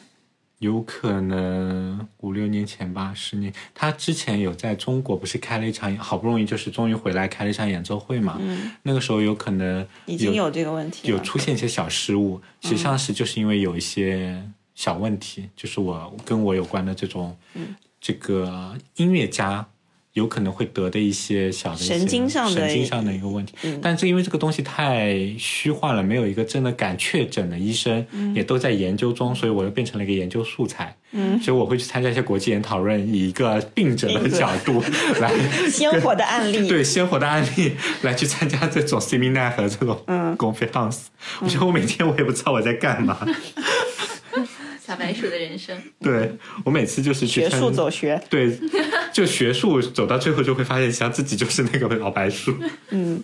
B: 有可能五六年前吧，十年。他之前有在中国不是开了一场，好不容易就是终于回来开了一场演奏会嘛。那个时候有可能
A: 嗯已经
B: 有
A: 有这个问题
B: 有
A: 了。嗯
B: 出现一些小失误，实际上是就是因为有一些小问题，就是我跟我有关的这种，
A: 嗯
B: 这个音乐家有可能会得的一些小的一些
A: 神经上的嗯
B: 神经上的一个问题。但是因为这个东西太虚幻了，没有一个真的敢确诊的医生，
A: 嗯
B: 也都在研究中，所以我又变成了一个研究素材。嗯，所以我会去参加一些国际研讨论，以一个病者的
A: 病者
B: 角度来
A: 鲜活的案例，
B: [LAUGHS] 对鲜活的案例来去参加这种 seminar 和这种
A: 嗯
B: conference，、我觉得我每天我也不知道我在
A: [LAUGHS]
B: 干嘛。
C: 小白鼠的人生，
B: 对我每次就是去
A: 学
B: 参
A: 术走学。
B: 对，就学术走到最后就会发现，其实自己就是那个老
A: [LAUGHS]
B: 白鼠。嗯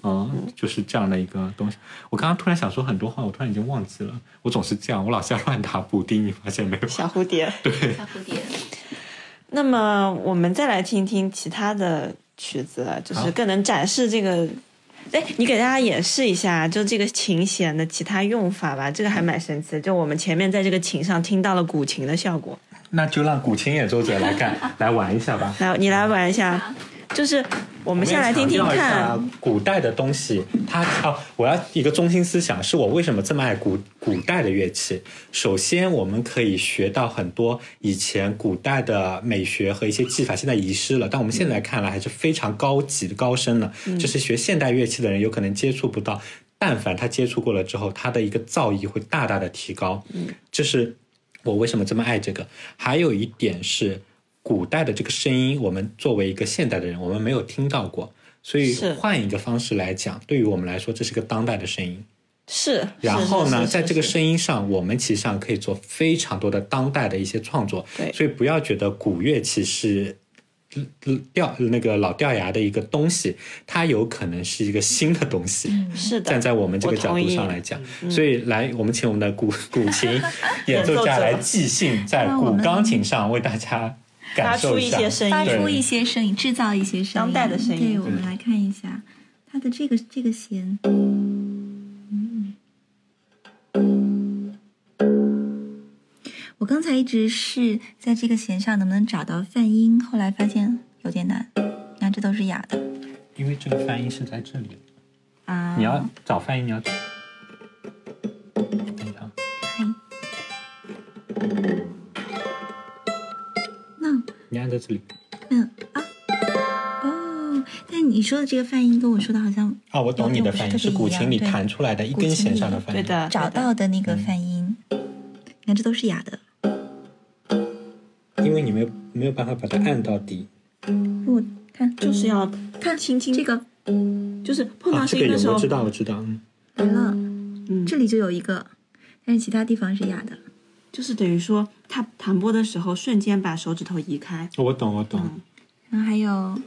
B: 就是这样的一个东西。我刚刚突然想说很多话，我突然已经忘记了。我总是这样，我老是要乱打补丁，你发现没有？ [LAUGHS]
A: 小蝴蝶。
C: 大蝴蝶，
A: 那么我们再来听听其他的曲子，啊就是
B: 好
A: 更能展示这个。哎，你给大家演示一下，就这个琴弦的其他用法吧，这个还蛮神奇的。就我们前面在这个琴上听到了古琴的效果，
B: 那就让古琴演奏者来干，来玩一下吧。
A: 来，你来玩一下，就是我们先来听听
B: 我们也强调
A: 看
B: 一下古代的东西，它哦，我要一个中心思想，是我为什么这么爱古古代的乐器。首先，我们可以学到很多以前古代的美学和一些技法，现在遗失了，但我们现在看来还是非常高级高深的，就是学现代乐器的人有可能接触不到。但凡他接触过了之后，他的一个造诣会大大的提高。嗯，这是我为什么这么爱这个。还有一点是，古代的这个声音，我们作为一个现代的人，我们没有听到过，所以
A: 是
B: 换一个方式来讲，对于我们来说，这是个当代的声音。
A: 是。
B: 然后
A: 是
B: 呢，
A: 是是
B: 在这个
A: 是
B: 声音上，我们其实上可以做非常多的当代的一些创作。
A: 对
B: 所以不要觉得古乐器是掉那个老掉牙的一个东西，它有可能是一个新的东西。
A: 嗯是的，
B: 站在我们这个角
A: 我同
B: 度
A: 意嗯
B: 上来讲，所以来，我们请我们的古古琴演奏家来即兴在
C: 那我
B: 古
C: 们
B: 钢琴上为大家
A: 发
B: 感受
A: 出一
B: 下。
A: 些声
C: 发
A: 音，
C: 出一些声音，制造一些声
A: 当
C: 音，
A: 代的声音
C: 对，我们来看一下它的这个这个弦，嗯我刚才一直是在这个弦上能不能找到泛音，后来发现有点难。你看，这都是哑的
B: 因为这个泛音是在这里，
C: 啊。
B: 你要找泛音，你要。等一下
C: 嗨那
B: 你按在这里
C: 嗯啊哦，但你说的这个泛音跟我说的好像
B: 啊，我懂你的
C: 有点不是
B: 泛
C: 特
B: 音
C: 别
B: 是古琴里
C: 一样对
B: 弹出来的一根弦上的泛
A: 对
B: 音。
A: 的，
C: 找到的
B: 嗯
C: 那个泛音，你看这都是哑的。
B: 因为你没有没有办法把它按到底。
C: 我看
A: 就是要
C: 看
A: 轻轻
C: 嗯这个
A: 就是碰到
B: 啊，这
A: 声
B: 个
A: 音
B: 有
A: 的时候，
B: 我知道，我知道。嗯
C: 来了，
A: 嗯
C: 这里就有一个，但是其他地方是哑的。
A: 就是等于说他弹拨的时候，瞬间把手指头移开，
B: 我懂，我懂。
A: 嗯
C: 然后还有，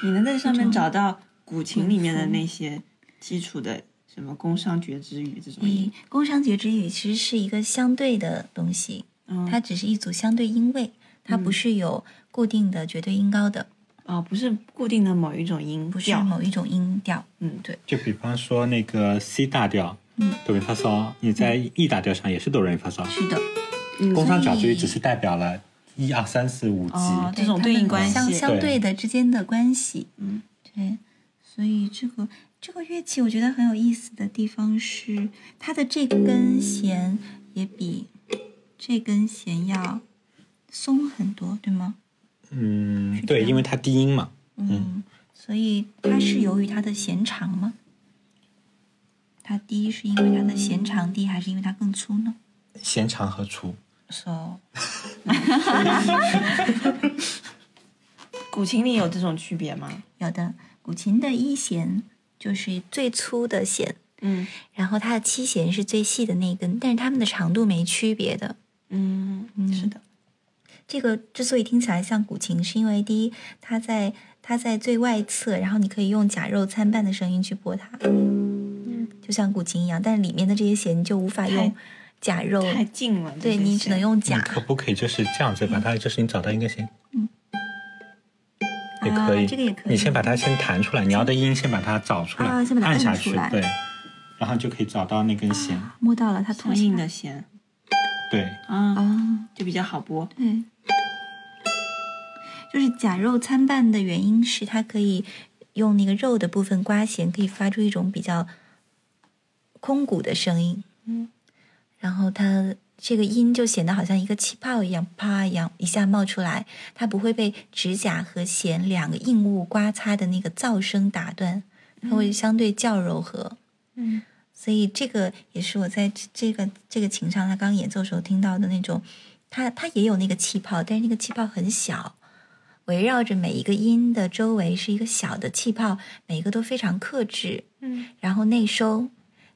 A: 你能在上面找到古琴里面的那些基础的什么宫商角徵羽这种
C: 嗯
A: 音？，
C: 宫商角徵羽其实是一个相对的东西，
A: 嗯，
C: 它只是一组相对音位，它不是有固定的绝对音高的，
A: 哦，不是固定的某一种音
C: 不是
A: 调，
C: 某一种音调。
A: 嗯，
C: 对，
B: 就比方说那个 C 大调，
C: 嗯，
B: 哆来咪发嗦，你在 E 大调上也是哆来咪发嗦。
C: 是的。
A: 嗯
B: 工商角
C: 所
B: 锥
C: 以
B: 只是代表了一二三四五级。
A: 哦
C: 对
A: 这种对应
C: 它们
A: 关系
C: 相
A: 对
C: 相对的之间的关系，
A: 嗯，
C: 对，所以这个这个乐器我觉得很有意思的地方是，它的这根弦也比这根弦要松很多，对吗？
B: 嗯，对，因为它低音嘛。
C: 嗯，所以它是由于它的弦长吗？它低是因为它的弦长低，还是因为它更粗呢
B: 弦长和粗，
C: ？So，
A: 古琴里有这种区别吗？
C: 有的，古琴的一弦就是最粗的弦，
A: 嗯
C: 然后它的七弦是最细的那一根，但是它们的长度没区别的。
A: 嗯，是的，
C: 这个之所以听起来像古琴，是因为第一，它在它在最外侧，然后你可以用假肉参半的声音去拨它，就像古琴一样。但是里面的这些弦你就无法用
A: 太
C: 假肉，
A: 太近了，
C: 对
A: 这些
C: 你只能
A: 线
C: 用
B: 你
C: 假。
B: 可不可以就是这样子把它，就是你找到一个弦，也
C: 啊
B: 可以，
C: 这个也可以。
B: 你先把它先弹出来，你要的音先把它找出来，
C: 啊先把它
B: 按
C: 按
B: 下
C: 出
B: 去，
C: 来啊
B: 对，然后就可以找到那根弦，
C: 摸到了它
A: 同
C: 音
A: 音的弦
B: 对，
A: 啊，
C: 哦，
A: 就比较好拨。
C: 对，就是假肉参半的原因是它可以用那个肉的部分刮弦，可以发出一种比较空谷的声音。
A: 嗯，
C: 然后它这个音就显得好像一个气泡一样，啪一样一下冒出来，它不会被指甲和弦两个硬物刮擦的那个噪声打断，它会相对较柔和。
A: 嗯，
C: 所以这个也是我在这这个这个琴上，他刚演奏时候听到的那种，它它也有那个气泡，但是那个气泡很小，围绕着每一个音的周围是一个小的气泡，每一个都非常克制，
A: 嗯，
C: 然后内收。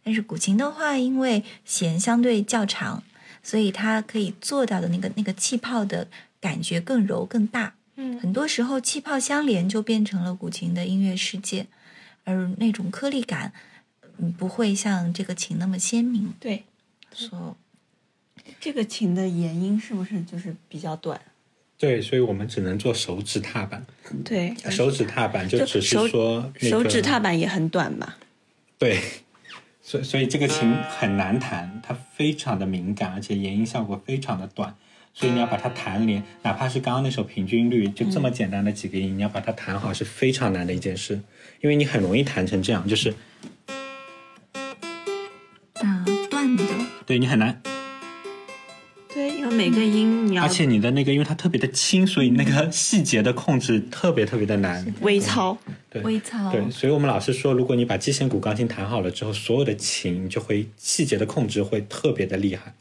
C: 但是古琴的话，因为弦相对较长，所以它可以做到的那个那个气泡的感觉更柔更大，
A: 嗯
C: 很多时候气泡相连就变成了古琴的音乐世界，而那种颗粒感。嗯，不会像这个琴那么鲜明。
A: 对，
C: 说
A: 这个琴的延音是不是就是比较短？
B: 对，所以我们只能做手指踏板，
A: 对，
B: 手指踏板就
A: 就
B: 只
A: 手
B: 是说、那个、
A: 手指踏板也很短嘛。
B: 对，所以所以这个琴很难弹，它非常的敏感，而且延音效果非常的短，所以你要把它弹连，哪怕是刚刚那首平均律，就这么简单的几个音，你要把它弹好是非常难的一件事，因为你很容易弹成这样，就是
C: 啊，断的，
B: 对你很难，
A: 对，因为每个音你要
B: 而且你的那个，因为它特别的轻，所以那个细节的控制特别特别的难。
A: 微操。
B: 对
C: 微操，
B: 对，所以我们老师说，如果你把击弦鼓钢琴弹好了之后，所有的琴就会细节的控制会特别的厉害。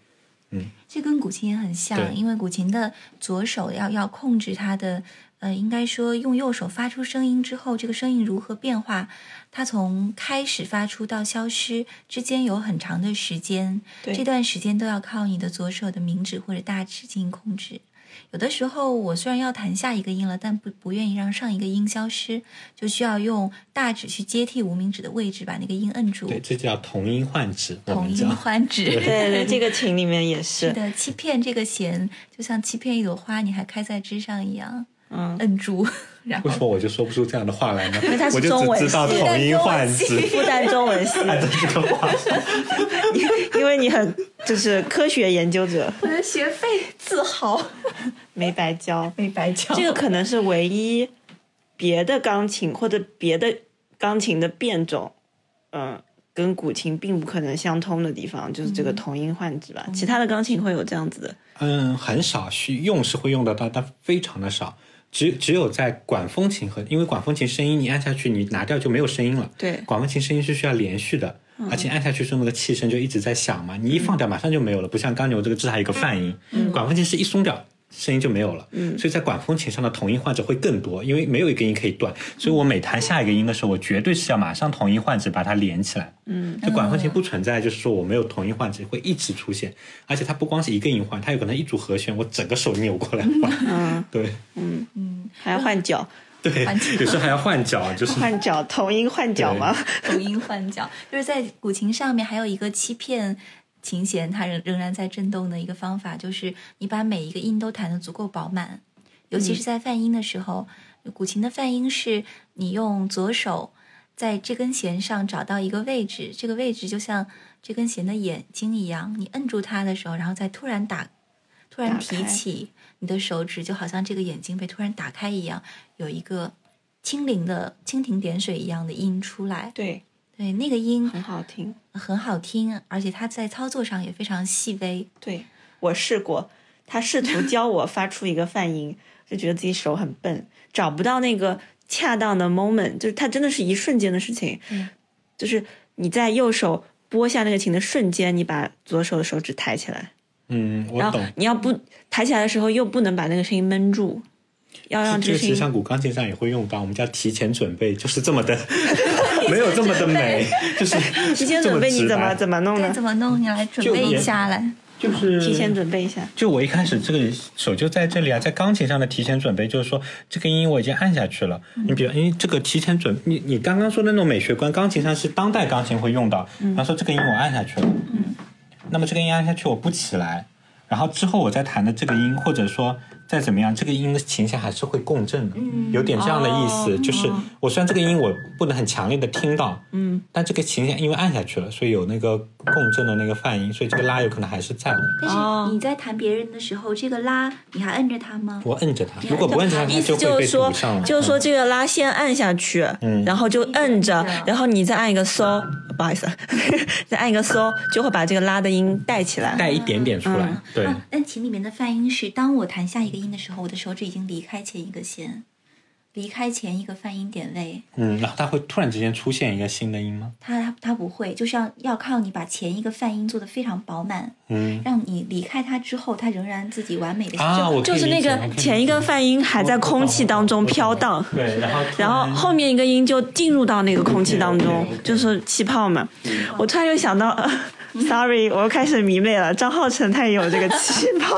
C: 这跟古琴也很像，
B: 对
C: 因为古琴的左手要要控制它的，呃，应该说用右手发出声音之后，这个声音如何变化，它从开始发出到消失之间有很长的时间，
A: 对
C: 这段时间都要靠你的左手的名指或者大指进行控制。有的时候，我虽然要弹下一个音了，但不不愿意让上一个音消失，就需要用大指去接替无名指的位置，把那个音摁住，
B: 对，这叫同音换指，我
C: 同
B: 们
C: 音
B: 叫。[LAUGHS]
C: 换指。
A: 对对，这个琴里面也
C: 是
A: 是，
C: 的，欺骗这个弦就像欺骗一朵花，你还开在枝上一样，
A: 嗯，
C: 摁住， [LAUGHS] 然
B: 为什
C: 后
B: 么我就说不出这样的
A: [LAUGHS]
B: 话来呢？
A: 为它是
B: 我就
A: 中文
B: 只知道
A: 系
B: 同音换
A: [LAUGHS]
B: 指，
A: 复旦中文 [LAUGHS] 系，
B: 按照这个话。
A: 因为你很就是科学研究者，
C: 我的学费自豪
A: 没白教。
C: 没白交。
A: 这个可能是唯一别的钢琴或者别的钢琴的变种，嗯、跟古琴并不可能相通的地方，就是这个同音换指吧。其他的钢琴会有这样子的，
B: [LAUGHS] 嗯，很少需用是会用得到，但非常的少。只只有在管风琴和，因为管风琴声音你按下去，你拿掉就没有声音了。
A: 对
B: 管风琴声音是需要连续的，
A: 嗯
B: 而且按下去之后那个气声就一直在响嘛，你一放掉马上就没有了，不像钢牛这个至少还有一个泛音，
A: 嗯
B: 管风琴是一松掉。声音就没有了，所以在管风琴上的同音换指会更多，因为没有一个音可以断，所以我每弹下一个音的时候，我绝对是要马上同音换指把它连起来。
A: 嗯，
B: 就管风琴不存在，就是说我没有同音换指会一直出现，而且它不光是一个音换，它有可能一组和弦，我整个手扭过来
A: [LAUGHS]
B: 换，
A: 嗯
B: 对
A: 嗯，
C: 嗯，
A: 还要换脚，
B: 对
C: 换脚，
B: 有时候还要换脚，就是
A: 换脚，同音换脚吗？
C: 同音换角， [LAUGHS] 就是在古琴上面还有一个欺骗琴弦，它仍仍然在震动的一个方法，就是你把每一个音都弹得足够饱满，尤其是在泛音的时候，古琴的泛音是你用左手在这根弦上找到一个位置，这个位置就像这根弦的眼睛一样，你摁住它的时候，然后再突然打。突然
A: 打
C: 提
A: 开
C: 起你的手指，就好像这个眼睛被突然打开一样，有一个轻灵的蜻蜓点水一样的音出来。
A: 对，
C: 对，那个音
A: 很好听。
C: 很好听，而且它在操作上也非常细微。
A: 对我试过，他试图教我发出一个泛音，就觉得自己手很笨，找不到那个恰当的 moment，就是它真的是一瞬间的事情。
C: 嗯
A: 就是你在右手拨下那个琴的瞬间，你把左手的手指抬起来，
B: 嗯，我
A: 然后
B: 懂。
A: 你要不抬起来的时候，又不能把那个声音闷住，要让
B: 这
A: 这
B: 个
A: 个
B: 其
A: 声
B: 实
A: 音
B: 上古钢琴上也会用到，我们叫提前准备，就是这
A: [LAUGHS]
B: 么的，没有这么的美，就是
A: 提前准备，
B: 这
A: 你怎么
B: 直白
A: 怎么弄
C: 对，
A: 呢
C: 怎？么弄？你来准
B: 嗯就
C: 备一
B: 也
C: 下来。
B: 就是
A: 提前准备一下，
B: 就我一开始这个手就在这里啊，在钢琴上的提前准备，就是说这个音我已经按下去了。你比如，因为这个提前准，你你刚刚说的那种美学观，钢琴上是当代钢琴会用到。
A: 嗯
B: 然后说这个音我按下去了，那么这个音按下去我不起来，然后之后我再弹的这个音，或者说再怎么样，这个音的琴弦还是会共振的，有点这样的意思。
A: 嗯哦
B: 就是我虽然这个音我不能很强烈的听到，
A: 嗯，
B: 但这个琴弦因为按下去了，所以有那个共振的那个泛音，所以这个拉有可能还是在的。
C: 但
A: 哦
C: 是你在弹别人的时候，这个拉你还摁着它吗？
B: 我摁着它，如果不摁着它，
A: 嗯
B: 它
A: 意思
B: 会
A: 就
B: 被
A: 是说
B: 堵上了。，
A: 就是说
B: 嗯
A: 这个拉先按下去，
B: 嗯
A: 然后就摁着
C: 一直按着，
A: 然后你再按一个嗦，不好意思， [LAUGHS] 再按一个嗦，就会把这个拉的音带起来。
B: 带一点点出来，
A: 嗯
B: 对。
C: 啊，但琴里面的泛音是，当我弹下一个音的时候，我的手指已经离开前一个弦，离开前一个泛音点位。
B: 嗯，然后它会突然之间出现一个新的音吗？
C: 它它它不会，就是要要靠你把前一个泛音做的非常饱满，
B: 嗯
C: 让你离开它之后，它仍然自己完美的
B: 啊，我可以
A: 就是那
B: 理解
A: 个前一个泛音还在空气当中飘荡，
B: 对，然后突
A: 然后后面一个音就进入到那个空气当中，就是气泡嘛。我突然就想到、 [LAUGHS] 呃 sorry，我又开始迷妹了。张浩辰他也有这个气泡，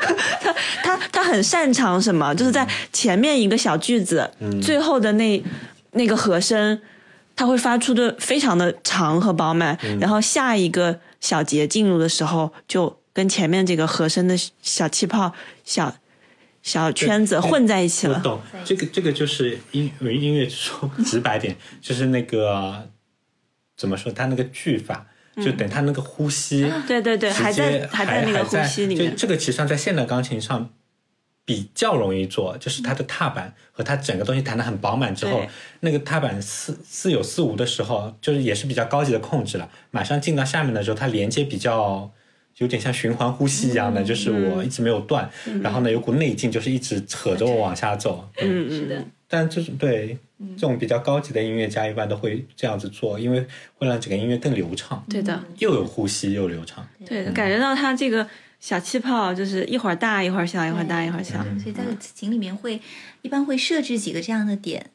A: [LAUGHS] 他他他很擅长什么？就是在前面一个小句子，最后的那那个和声，他会发出的非常的长和饱满，然后下一个小节进入的时候，就跟前面这个和声的小气泡小。小圈子混在一起
B: 我
A: 了，
B: 懂，这个这个就是音音乐说直白点，就是那个怎么说，它那个句法，就等它那个呼吸，
A: 对对对，
B: 直
A: 还在
B: 接还
A: 在那个呼吸里
B: 就
A: 面，
B: 这个其实上在现代钢琴上比较容易做，就是它的踏板和它整个东西弹得很饱满之后
A: 对，
B: 那个踏板似似有似无的时候，就是也是比较高级的控制了。马上进到下面的时候，它连接比较。有点像循环呼吸一样的，
A: 嗯
B: 就是我一直没有断，然后呢有股内劲，就是一直扯着我往下走。
A: 嗯
B: 嗯，
A: 嗯，
C: 的。
B: 但这种对这种比较高级的音乐家一般都会这样子做，因为会让整个音乐更流畅，
A: 对的，
B: 又有呼吸又流畅。
A: 对的，感觉到它这个小气泡就是一会儿大一会儿小，一会儿大一会儿小，
C: 所以在琴里面会一般会设置几个这样的点，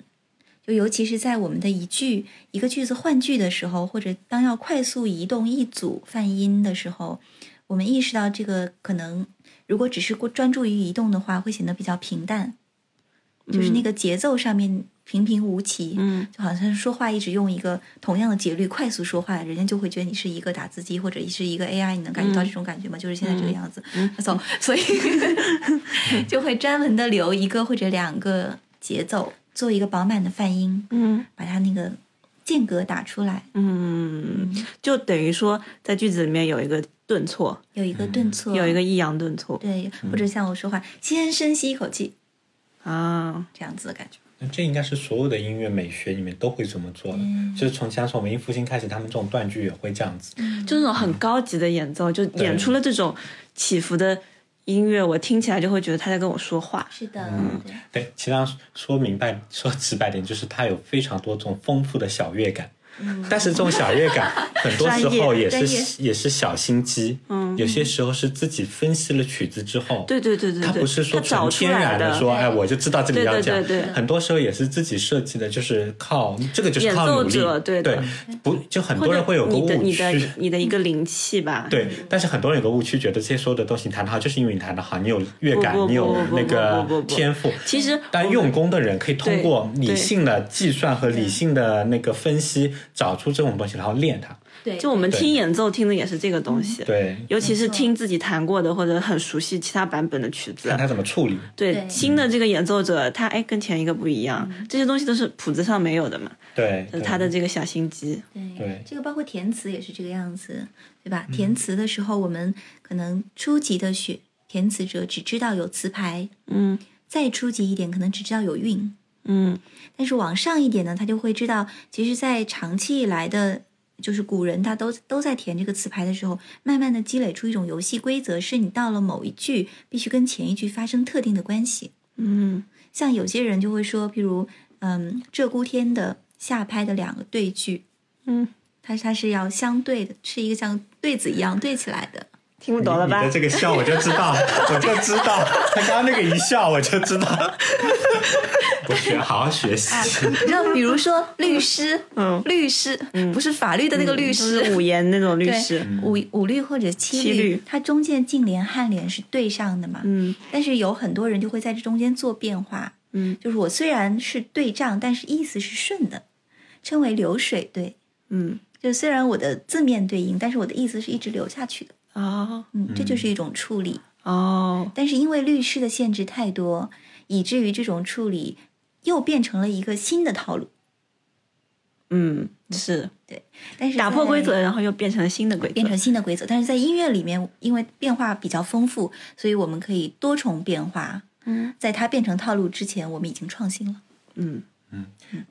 C: 就尤其是在我们的一句一个句子换句的时候，或者当要快速移动一组泛音的时候，我们意识到这个可能如果只是过专注于移动的话，会显得比较平淡，就是那个节奏上面平平无奇，
A: 嗯，
C: 就好像说话一直用一个同样的节律快速说话，人家就会觉得你是一个打字机或者是一个 AI，你能感觉
A: 嗯
C: 到这种感觉吗？就是现在这个样子，所、
A: [LAUGHS]
C: 所以就会专门的留一个或者两个节奏，做一个饱满的泛音，
A: 嗯
C: 把它那个间隔打出来，
A: 嗯，就等于说在句子里面有一个顿挫，
C: 有一个顿挫，
A: 嗯有一个嗯抑扬顿挫
C: 对，或者像我说话，先深吸一口气
A: 啊，
C: 这样子的感觉，
B: 那这应该是所有的音乐美学里面都会这么做的，
A: 嗯
B: 就是从像从文艺复兴开始，他们这种断句也会这样子。
A: 就那种很高级的演奏，就演出了这种起伏的音乐，我听起来就会觉得他在跟我说话，
C: 是的，
A: 嗯
C: 对
B: 对，其实上说明白、说直白点，就是它有非常多种丰富的小乐感。但是这种小乐
A: [LAUGHS]
B: 感，很多时候
A: 嗯专
B: 也
C: 专业
B: 是也是小心机，嗯，有些时候是自己分析了曲子之后，
A: 对对对对对，
B: 他不是说
A: 它找
B: 纯
A: 出
B: 天
A: 来
B: 然地
A: 的
B: 说，哎，我就知道这里
A: 对
B: 要
A: 对
B: 讲。
A: 对对
B: 很多时候也是自己设计的，就是靠这个就是
A: 演
B: 靠
A: 奏
B: 努力。
A: 者对的
B: 不就很
A: 或
B: 多
A: 者
B: 人会有个
A: 你的
B: 误
A: 你的
B: 区。
A: 你的一个灵气吧，
B: 对，但是很多人有个误区，觉得这些所有的东西你弹得好，就是因为你弹得好，你有乐感，
A: 不不不
B: 你有
A: 不不
B: 那个
A: 不不不不
B: 天赋。
A: 其实
B: 但用功的人可以通过
A: 对
B: 理性的计算和理性的那个分析，找出这种东西，然后练它。
C: 对，
A: 就我们
B: 对嗯
A: 听演奏听的也是这个东西，
B: 对，
A: 尤其是听自己弹过的或者很熟悉其他版本的曲子
B: 看，它怎么处理。
A: 对
C: 对嗯
A: 新的这个演奏者，他哎跟前一个不一样，这些东西都是谱子上没有的嘛，
B: 对，
A: 就是
B: 对
A: 他的这个小心机。
B: 对
C: 这个包括填词也是这个样子，对吧？填词的时候，我们可能初级的学填词者只知道有词牌，
A: 嗯
C: 再初级一点可能只知道有韵，
A: 嗯
C: 但是往上一点呢，他就会知道，其实，在长期以来的，就是古人他都都在填这个词牌的时候，慢慢的积累出一种游戏规则，是你到了某一句必须跟前一句发生特定的关系。
A: 嗯
C: 像有些人就会说，譬如，嗯，鹧鸪天的下拍的两个对句，
A: 嗯，
C: 它它是要相对的，是一个像对子一样对起来的。 [LAUGHS]
A: 听不懂了吧
B: 你的？这个笑我就知
A: [LAUGHS]
B: 道，我就知道，他刚刚那个一笑我就知道。
A: [LAUGHS]
B: 我学，好好学习。
A: 啊
C: 你知道，比如说律师，
A: 嗯，
C: 律师不是法律的那个律师，
A: 就是五言那种律
C: 嗯对
A: 师。
C: 五五律或者七
A: 嗯七律
C: 它中间近联颔联是对上的嘛。
A: 嗯
C: 但是有很多人就会在这中间做变化，
A: 嗯
C: 就是我虽然是对仗，但是意思是顺的，称为流水对。
A: 嗯
C: 就是虽然我的字面对应，但是我的意思是一直流下去的。
A: 哦
C: 嗯，这就是一种处理。
A: 哦
C: 但是因为律师的限制太多，以至于这种处理又变成了一个新的套路。
A: 嗯是
C: 但是
A: 打破
C: 在
A: 规则，然后又变成了新的规则。
C: 变成新的规则。但是在音乐里面，因为变化比较丰富，所以我们可以多重变化。
A: 嗯，
C: 在它变成套路之前，我们已经创新了。
A: 嗯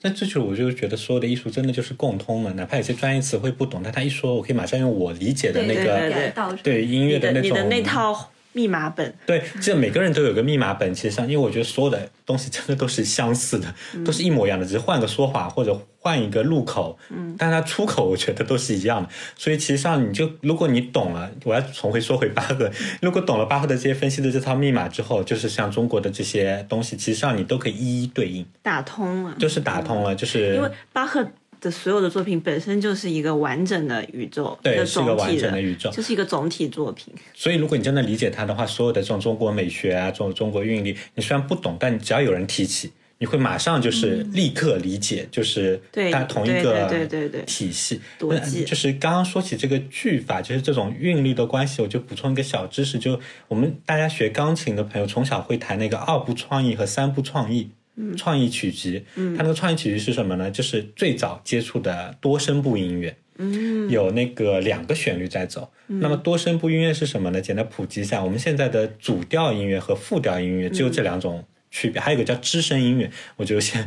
B: 那这就是我就觉得所有的艺术真的就是共通的，哪怕有些专业词汇不懂，但他一说，我可以马上用我理解的
A: 对
B: 那
A: 对
B: 个
A: 对
C: 到
B: 对音乐
A: 你的
B: 那
A: 你
B: 种
A: 的那套密码本，
B: 对，这每个人都有个密码本，其实上，因为我觉得所有的东西真的都是相似的，
A: 嗯
B: 都是一模一样的，只是换个说法或者换一个入口，嗯，但它出口我觉得都是一样的，所以其实上你就如果你懂了，我要重回说回巴赫，如果懂了巴赫的这些分析的这套密码之后，就是像中国的这些东西，其实上你都可以一一对应，
A: 打通了。
B: 就是打通了，就是
A: 因为巴赫的所有的作品本身就是一个完整的宇宙，
B: 对
A: 一个
B: 是一
A: 总
B: 个
A: 体
B: 完整的宇宙
A: 就是一个总体作品。
B: 所以，如果你真的理解它的话，所有的这种中国美学啊，这种中国韵律，你虽然不懂，但你只要有人提起，你会马上就是立刻理解，就是
A: 嗯对
B: 它同一个
A: 对对对对
B: 体系。
A: 逻辑
B: 那就是刚刚说起这个句法，就是这种韵律的关系，我就补充一个小知识，就我们大家学钢琴的朋友从小会弹那个二步创意和三步创意。
A: 嗯
B: 创意曲集，它那个创意曲集是什么呢？就是最早接触的多声部音乐，
A: 嗯
B: 有那个两个旋律在走。那么多声部音乐是什么呢？简单普及一下，我们现在的主调音乐和副调音乐只有这两种区别，还有一个叫支声音乐，我就先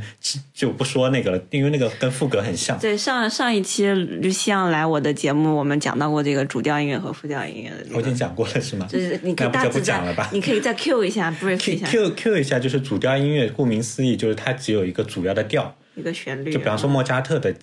B: 就不说那个了，因为那个跟副歌很像。
A: 对，上上一期吕西昂来我的节目，我们讲到过这个主调音乐和副调音乐的这
B: 我已经
A: 个，
B: 讲过了是吗？
A: 就是你可
B: 那
A: 以
B: 不
A: 大
B: 就不
A: 致
B: 讲了
A: 再
B: 吧，。
A: 你可以再 Q 一下，brief
B: Q
A: 一下
B: Q Q 一下，就是主调音乐，顾名思义，就是它只有一个主要的调。
A: 一个旋律。
B: 就比方说莫扎特的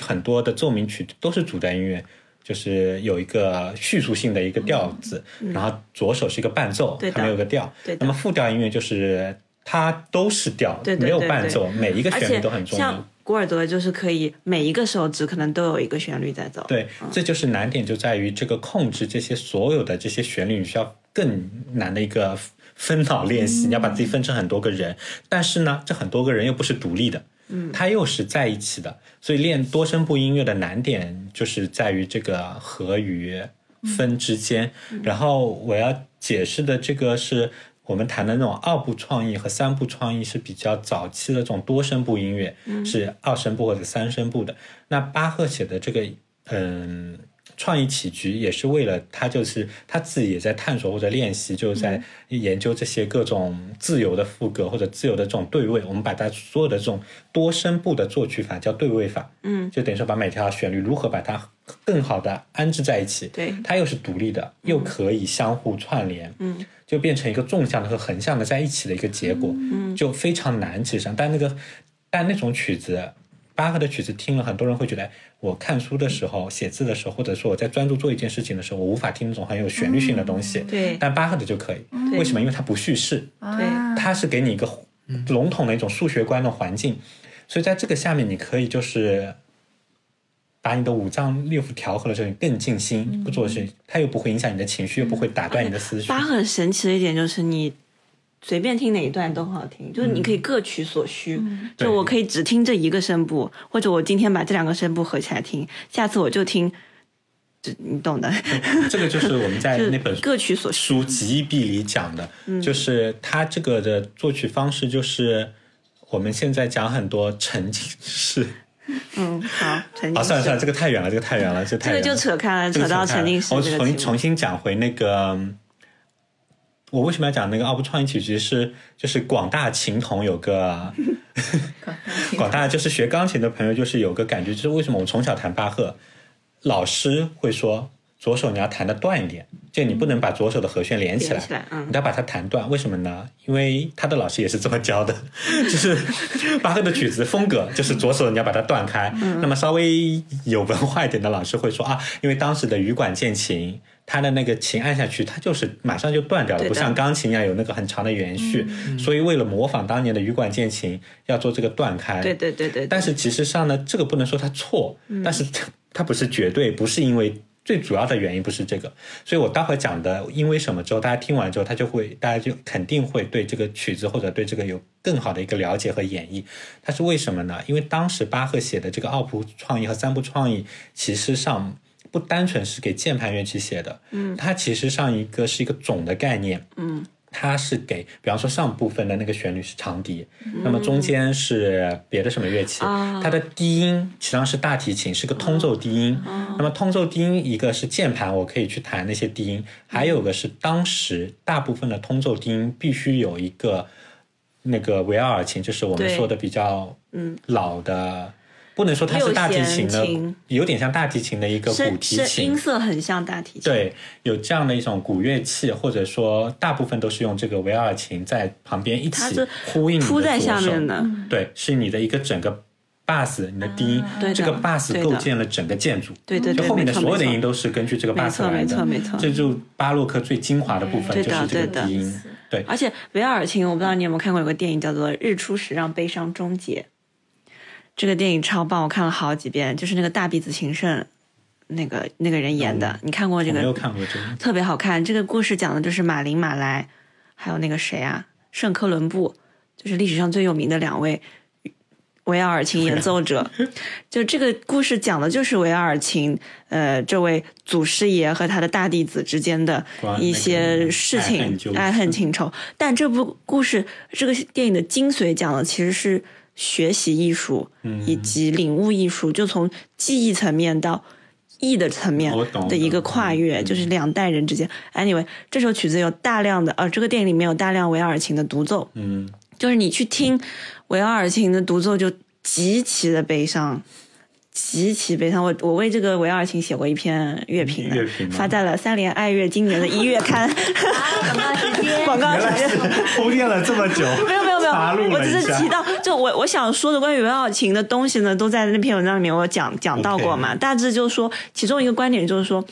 B: 很多的奏鸣曲都是主调音乐，就是有一个叙述性的一个调子，然后左手是一个伴奏
A: 嗯对，的
B: 还没有个调
A: 对的。
B: 那么副调音乐就是它都是调，
A: 对对
B: 没有
A: 对
B: 伴奏，每一个
A: 而
B: 旋律
A: 且
B: 都很重要
A: 像。古尔德就是可以每一个手指可能都有一个旋律在走。
B: 对，这就是难点就在于这个控制这些所有的这些旋律，你需要更难的一个分脑练习，
A: 嗯
B: 你要把自己分成很多个人，但是呢，这很多个人又不是独立的。嗯，它又是在一起的，所以练多声部音乐的难点就是在于这个和与分之间。然后我要解释的这个是我们谈的那种二部创意和三部创意是比较早期的这种多声部音乐，是二声部或者三声部的。那巴赫写的这个嗯创意起局，也是为了他就是他自己也在探索或者练习，就是
A: 嗯
B: 在研究这些各种自由的副歌或者自由的这种对位。我们把它所有的这种多声部的作曲法叫对位法，
A: 嗯，
B: 就等于说把每条旋律如何把它更好的安置在一起。
A: 对
B: 它又是独立的，又可以相互串联，
A: 嗯，
B: 就变成一个纵向的和横向的在一起的一个结果，嗯，就非常难。其实上，但那个但那种曲子，巴赫的曲子听了，很多人会觉得，哎我看书的时候、写字的时候，或者说我在专注做一件事情的时候，我无法听那种很有旋律性的东西，
A: 嗯
B: [LAUGHS]
A: 对嗯
B: 但巴赫的就可以，为什么？因为它不叙事，
A: 啊
B: 它是给你一个笼统的一种数学观的环境，所以在这个下面，你可以就是把你的五脏六腑调和了之后，你更静心不做事，它又不会影响你的情绪，又不会打断你的思
A: 嗯
B: 绪
A: 巴。赫神奇的一点就是你随便听哪一段都好听，就是你可以各取所需。就
B: 嗯对
A: 我可以只听这一个声部，或者我今天把这两个声部合起来听，下次我就听，就你懂的，
B: 这个就是我们在
A: 就是
B: 哎那本
A: 各取所需。
B: 书《极易必里》讲的，就是它这个的作曲方式，就是我们现在讲很多沉浸 [LAUGHS] 式。
A: 嗯，好，沉
B: 好，
A: 浸
B: 算了算了，
A: 式，
B: 这个太远了，这个太远了，这个太
A: 这
B: 远
A: 个
B: 了。
A: 就扯开了，
B: 这个
A: 扯到
B: 重看
A: 沉浸式
B: 我
A: 这个
B: 重
A: 题目
B: 重新讲回那个嗯我为什么要讲那个奥布创意曲集是就是广大琴童有 [LAUGHS] 个广大就是学钢琴的朋友就是有个感觉，就是为什么我们从小弹巴赫，老师会说左手你要弹的断一点，就你不能把左手的和弦连起来，
A: 连起来嗯
B: 你要把它弹断。为什么呢？因为他的老师也是这么教的， [LAUGHS] 就是巴赫的曲子风格就是左手你要把它断开。
A: 嗯
B: 那么稍微有文化一点的老师会说啊，因为当时的羽管键琴。它的那个琴按下去，它就是马上就断掉了，
A: 对的嗯
B: 不像钢琴一样有那个很长的延续。所以为了模仿当年的羽管键琴，要做这个断开。
A: 对对对对，
B: 哎但是其实上呢，这个不能说它错， [LAUGHS] 但是它它不是绝对，不是因为最主要的原因不是这个，所以我待会讲的因为什么之后，大家听完之后，他就会大家就肯定会对这个曲子或者对这个有更好的一个了解和演绎。它是为什么呢？因为当时巴赫写的这个奥普创意和三部创意，其实上。不单纯是给键盘乐器写的，嗯，它其实上一个是一个总的概念，嗯，它是给，比方说上部分的那个旋律是长笛，
A: 嗯
B: 那么中间是别的什么乐器，
A: 啊
B: 它的低音实际上是大提琴，是个通奏低音。
A: 啊
B: 那么通奏低音一个是键盘，我可以去弹那些低音，还有个是当时大部分的通奏低音必须有一个那个维奥尔琴，就是我们
A: 对嗯
B: 说的比较老的。不能说它是
A: 六
B: 大提
A: 弦
B: 琴的，
A: 琴
B: 有点像大提琴的一个古
A: 是
B: 提
A: 是
B: 琴
A: 音，色很像大提琴，，
B: 对，有这样的一种古乐器，或者说大部分都是用这个维尔琴在旁边一
A: 它
B: 起
A: 是
B: 呼应你的
A: 铺在
B: 左
A: 下
B: 手
A: 面的，
B: 对，是你的一个整个 bus，你的低音，
A: 啊对的
B: 这个 bus
A: 对的
B: 构建了整个建筑。
A: 对对
B: 就
A: 对，
B: 后面的
A: 没错
B: 所有的
A: 没
B: 音都是根据这个
A: 没
B: bus
A: 错
B: 来的，
A: 没错没错
B: 这就巴洛克最精华的部分
A: 对
B: 就
A: 的
B: 是这
A: 对
B: 个
A: 的
B: 低音，对
A: 而且维尔琴，我不知道你有没有看过有个电影叫做《日出时让悲伤终结》，这个电影超棒，我看了好几遍，就是那个大鼻子情圣，那个那个人演的，你看过这
B: 嗯我
A: 个？
B: 没有看过这个，
A: 特别好看。这个故事讲的就是马林、马莱，还有那个谁啊，圣科伦布，就是历史上最有名的两位维奥尔琴演奏者。 [LAUGHS] 就这个故事讲的就是维奥尔琴，呃，这位祖师爷和他的大弟子之间的
B: 哇
A: 一
B: 那
A: 些
B: 个
A: 事
B: 爱恨
A: 情
B: 纠，
A: 爱恨情仇。但这部故事，这个电影的精髓讲的其实是学习艺术
B: 嗯
A: 以及领悟艺术，就从记忆层面到。艺的层面
B: 我懂
A: 的一个跨越，
B: 嗯
A: 就是两代人之间。Anyway，这首曲子有大量的，呃，这个电影里面有大量维尔琴的独奏，
B: 嗯，
A: 就是你去听维尔琴的独奏就极其的悲伤，极其悲伤。我我为这个维尔琴写过一篇乐评的，
B: 乐评吗
A: 发在了三联爱乐今年的一月刊
C: 广告时
B: [LAUGHS]
C: 间，
A: [LAUGHS] 广告时间。
B: 铺垫了这么
A: [LAUGHS]
B: 久，
A: 没有没有没
B: 插入
A: 有，我
B: 了一
A: 只
B: 下
A: 是提到，就我我想说的关于维奥琴的东西呢，都在那篇文章里面我讲讲到过嘛。大致就是说，其中一个观点就是说，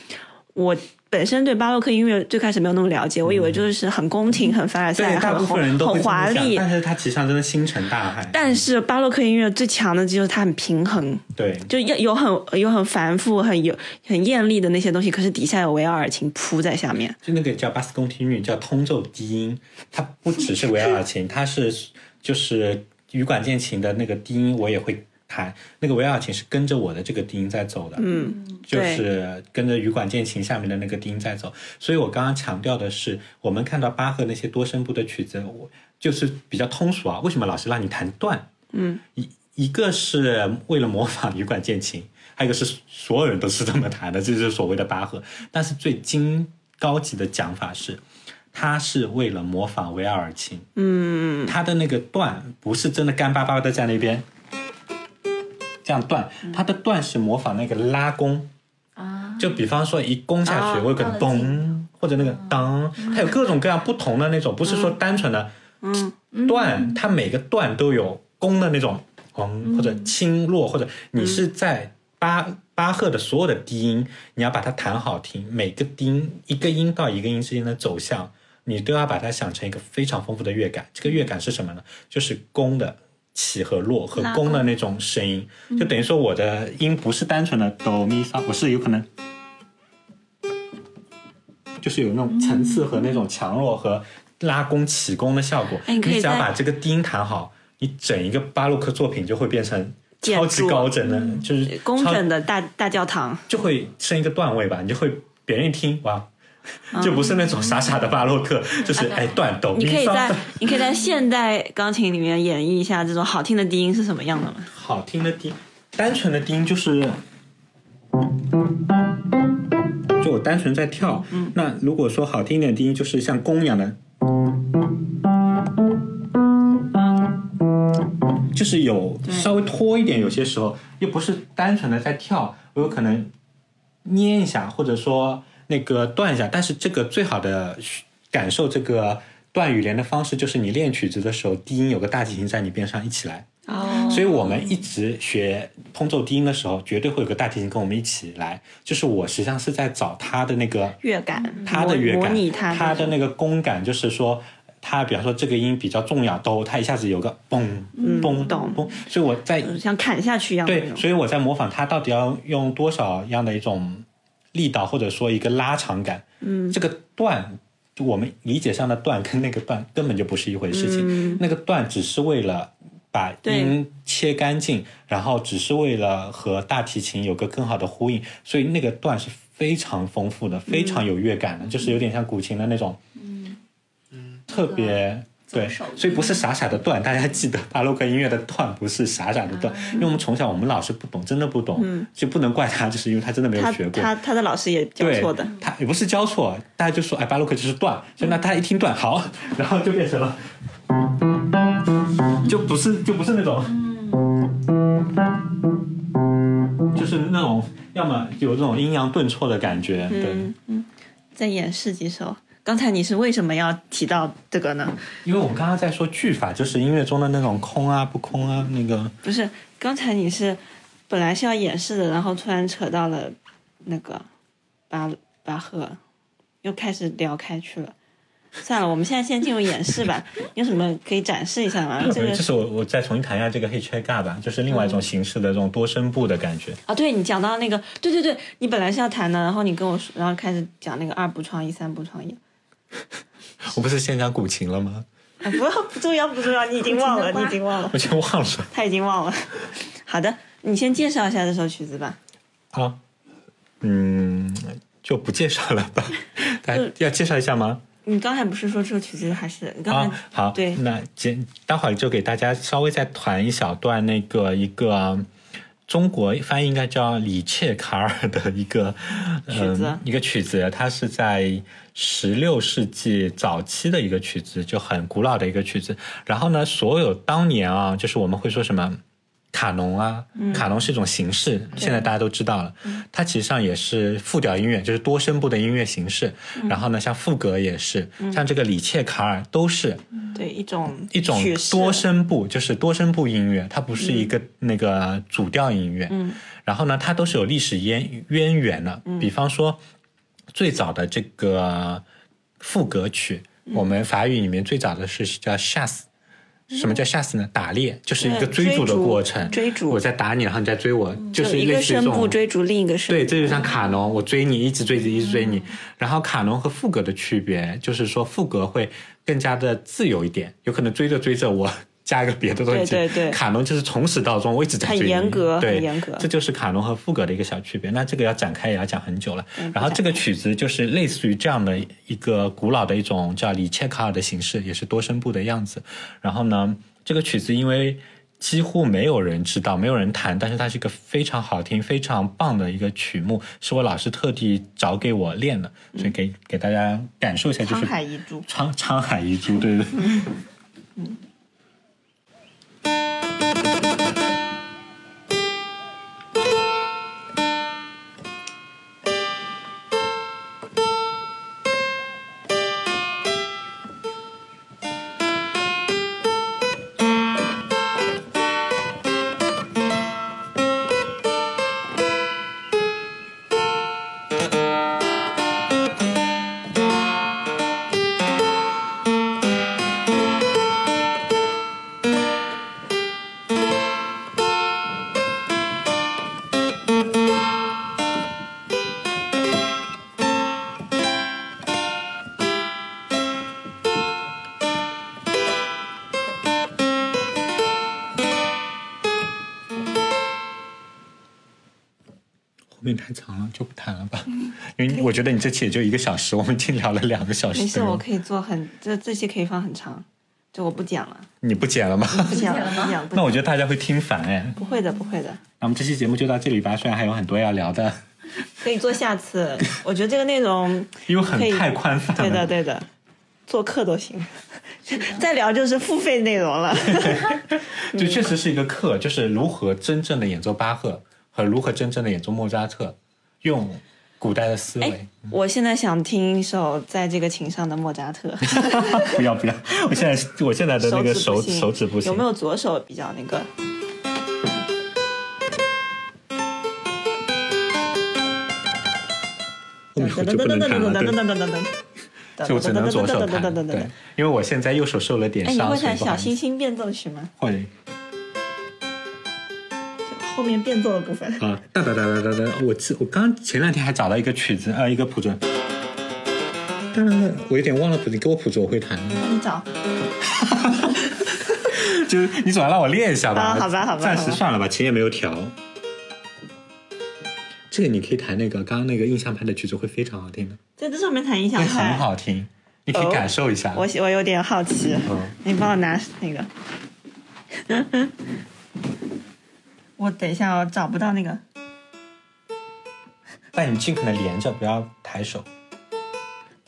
A: 我本身对巴洛克音乐最开始没有那么了解，我以为就是很宫廷、很凡尔赛、
B: 嗯对，大
A: 很
B: 部分人
A: 很
B: 都会
A: 很
B: 这么
A: 华
B: 想，
A: 丽。
B: 但是他其实上真的星辰大海，
A: 但是巴洛克音乐最强的就是它很平衡，
B: 对，
A: 就要有很有很繁复、很有很艳丽的那些东西，可是底下有维奥尔琴铺在下面。
B: 就那个叫巴斯宫廷女叫通奏低音，它不只是维尔 [LAUGHS] 琴，它是就是羽管键琴的那个低音，我也会弹。那个维尔琴是跟着我的这个低音在走的，嗯，就
A: 对
B: 是跟着羽管键琴下面的那个低音在走。所以我刚刚强调的是，我们看到巴赫那些多声部的曲子，我就是比较通俗啊。为什么老师让你弹断？嗯，一一个是为了模仿羽管键琴，还有一个是所有人都是这么弹的，这就是所谓的巴赫。但是最精高级的讲法是，他是为了模仿维尔琴，嗯，他的那个段不是真的干巴巴的在那边这样断，他的断是模仿那个拉弓。
C: 嗯啊，哦
B: 就比方说一弓下去，
A: 啊
B: 我有个
C: 到了嗯
B: 咚，或者那个当，它有各种各样不同的那种，不是说单纯的段，它每个段都有弓的那种嗯，或者轻落，或者你是在巴巴赫的所有的低音，你要把它弹好听，每个低音一个音到一个音之间的走向，你都要把它想成一个非常丰富的乐感。这个乐感是什么呢？就是弓的。起和落和
C: 拉
B: 弓
C: 弓
B: 的那种声音，就等于说我的音不是单纯的哆咪发，我是有可能就是有那种层次和那种强弱和拉弓起弓的效果。
A: 哎你可以
B: 只要
A: 在
B: 把这个低音弹好，你整一个巴洛克作品就会变成
A: 建
B: 超级
A: 筑
B: 高整的，就是
A: 嗯工
B: 超
A: 整的大大教堂，
B: 就会升一个段位吧，你就会别人一听哇。就不是那种傻傻的巴洛克，就是哎断抖，
A: 嗯你可以
B: 咪发
A: 在你可以在现代钢琴里面演绎一下这种好听的低音是什么样的吗？
B: 好听的低，单纯的低音就是，就我单纯在跳。那如果说好听一点的低音，就是像弓一样的，就是有
A: 对
B: 稍微拖一点，有些时候又不是单纯的在跳，我有可能捏一下，或者说那个断一下。但是这个最好的感受这个断语连的方式，就是你练曲子的时候，低音有个大提琴在你边上一起来。
A: 哦，
B: 所以我们一直学通奏低音的时候，绝对会有个大提琴跟我们一起来。就是我实际上是在找他的那个
A: 乐感，
B: 他的乐
A: 嗯模
B: 感，
A: 模拟他
B: 的那个弓感，就是说，他比方说这个音比较重要，哆，他一下子有个嘣嘣
A: 嗯懂
B: 嘣，所以我在
A: 嗯像砍下去一样的那
B: 对，
A: 种，
B: 所以我在模仿他到底要用多少样的一种力道，或者说一个拉长感。嗯，这个段我们理解上的段跟那个段根本就不是一回事情，
A: 嗯
B: 那个段只是为了。把
A: 对
B: 音切干净，然后只是为了和大提琴有个更好的呼应，所以那个段是非常丰富的，非
A: 嗯
B: 常有乐感的，就是有点像古琴的那种，嗯，特别
C: 走
B: 对
C: 手，
B: 所以不是傻傻的断，大家记
A: [LAUGHS]
B: 得巴洛克音乐的断不是傻傻的断，
A: 嗯
B: 因为我们从小我们老师不懂，真的不懂，就不能怪他，就是因为他真的没有
A: 他
B: 学过。
A: 嗯他他的老师也教
B: 对
A: 错的，，嗯
B: 他也不是教错，大家就说哎，巴洛克就是断，所以那他一听断好， [LAUGHS] 然后就变成了，
A: [LAUGHS]
B: 就不是就不是那种，
A: 嗯
B: 就是那种要么有这种阴阳顿挫的感觉，对。
A: 嗯嗯，再演示几首。刚才你是为什么要提到这个呢？
B: 因为我们刚刚在说句法，就是音乐中的那种空啊、不空啊，那个
A: 不是，刚才你是本来是要演示的，然后突然扯到了那个巴巴赫，又开始聊开去了。算了，我们现在先进入演示吧。你有什么可以展示一下
B: [LAUGHS]
A: 吗？这个
B: 呃这嗯是我我再重新谈一下这个 H A G A 吧，就是另外一种形式的这种多声部的感觉。
A: 啊，对你讲到那个，对对对，你本来是要弹的，然后你跟我说，然后开始讲那个二不创意、三不创意。
B: 我不是先讲古琴了吗？
A: [LAUGHS] 啊，不要不重要不重要，你已经忘了，你已经忘了，
B: 我全忘了
A: 他已经忘了。好的，你先介绍一下这首曲子吧。
B: [LAUGHS] 啊。嗯，就不介绍了 [LAUGHS] 吧。大家要介绍一下吗？
A: 你刚才不是说这首曲子还是你刚才、
B: 啊，好，
A: 对
B: 那简待会儿就给大家稍微再弹一小段那个一个中国翻译应该叫里切卡尔的一个
A: 曲子
B: 嗯一个曲子，它是在十六世纪早期的一个曲子，就很古老的一个曲子。然后呢，所有当年啊，就是我们会说什么。卡农啊，
A: 嗯
B: 卡农是一种形式，现在大家都知道了。它其实上也是复调音乐，就是多声部的音乐形式。
A: 嗯
B: 然后呢，像赋格也是，像这个里切卡尔都是
A: 对一种
B: 一种
A: 曲式
B: 多声部，就是多声部音乐，它不是一个那个主调音乐。
A: 嗯
B: 然后呢，它都是有历史渊渊源的。比方说，最早的这个赋格曲，
A: 嗯
B: 我们法语里面最早的是叫 chasse。什么叫 chasse 呢？打猎就是一
A: 嗯
B: 个
A: 对
B: 追逐
A: 追
B: 的
A: 逐
B: 过程，
A: 追逐嗯
B: 我在打你，然后你在追我，就是
A: 一
B: 类
A: 个
B: 似于这
A: 声部
B: 种
A: 追逐另一个声部。
B: 对，这就像卡农，我追你，一直追你，一直追你。然后卡农和副格的区别就是说，副格会更加的自由一点，有可能追着追着我 [LAUGHS] 加一个别的东西进。
A: 对对对
B: 卡农就是从始到终我一直在
A: 很
B: 追你，
A: 严格
B: 对，
A: 很严格
B: 这就是卡农和副格的一个小区别。那这个要展开也要讲很久了。
A: 嗯
B: 然后
A: 不展
B: 这个曲子就是类似于这样的一个古老的一种叫里切卡尔的形式，也是多声部的样子。然后呢，这个曲子因为几乎没有人知道，没有人弹，但是它是一个非常好听、非常棒的一个曲目，是我老师特地找给我练的，所以给给大家感受一下，就是
A: 沧海一珠。
B: 沧沧海遗珠， [LAUGHS] 对对对。后面太长了，就不谈了吧，
A: 嗯
B: [LAUGHS] 因为我觉得你这期也就一个小时，我们已经聊了两个小时。
A: 没事，我可以做很这这些可以放很长，就我不讲 [LAUGHS] 了，
B: 你不剪了吗？ [LAUGHS]
A: 不讲了，不讲，不
B: 那
A: 讲，
B: 我觉得大家会听烦哎。
A: 不会的，不会的，
B: 那我们这期节目就到这里吧，虽然还有很多要聊的，
A: 可以做下次。我觉得这个内容
B: [LAUGHS] 因为很
A: 可以
B: 太宽泛
A: 对
B: 了。
A: 的，对的。做客都行。 [LAUGHS] 再聊就是付费内容了。
B: 就确实是一个课，就是如何真正的演奏巴赫和如何真正的演奏莫扎特，用古代的思维。
A: 哎我现在想听一首在这个琴上的莫扎特，
B: [LAUGHS] 不要不要，我现在我现在的那个手
A: 指
B: 手指不行，
A: 有没有左手比较那个？
B: 后面我就不能弹了，对，
A: 噔噔噔噔
B: 就我只能左手弹，对，因为我现在右手受了点
A: 哎，你
B: 伤，
A: 会
B: 所以
A: 弹
B: 不
A: 小
B: 好意
A: 星
B: 思。
A: 星变奏曲吗？
B: 会
A: 后面变奏的部分。
B: 啊，哒哒哒哒哒哒，我记我刚前两天还找到一个曲子，呃，一个谱子，当然了，我有点忘了谱子，你给我谱子我会弹。
A: 你找，
B: 就是你总要让我练一下吧？
A: 啊好吧好吧
B: 暂时
A: 好吧
B: 算了吧，琴也没有调。这个你可以弹那个刚刚那个印象派的曲子，会非常好听的，
A: 在这上面弹音响
B: 会
A: 快。
B: 很好听，你可以
A: 哦
B: 感受一下。
A: 我喜我有点好奇，
B: 嗯
A: 你帮我拿那个。我等一下，我找不到那个。
B: 但你尽可能连着，不要抬手。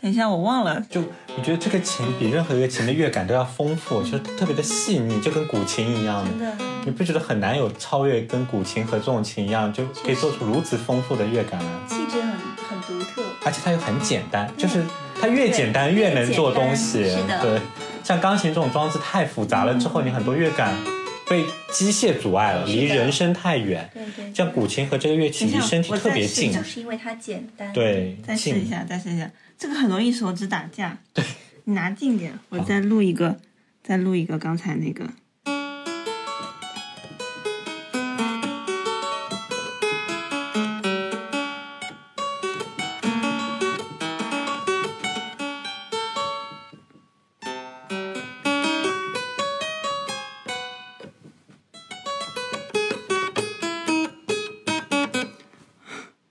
A: 等一下，我忘了。
B: 就我觉得这个琴比任何一个琴的乐感都要丰富，就是特别的细腻，就跟古琴一样的。
C: 的
B: 你不觉得很难有超越跟古琴和重琴一样，就可以做出如此丰富的乐感来？
C: 气质很很独特。
B: 而且它又很简单，就是它越简单越能做东西。
C: 越简单是的
B: 对，像钢琴这种装置太复杂了，之后你很多乐感被机械阻碍了，离人声太远。
C: 对对，
B: 像古琴和这个乐器
A: 等一
B: 离
A: 下
B: 身体
A: 我
B: 特
A: 再
B: 别
A: 试一
B: 近
A: 下，
C: 就是因为它简单。，
B: 对，
A: 再试一
B: 近。
A: 下，再试一下。这个很容易手指打架。对， [LAUGHS] 你拿近点，我再录一个，再录一个刚才那个。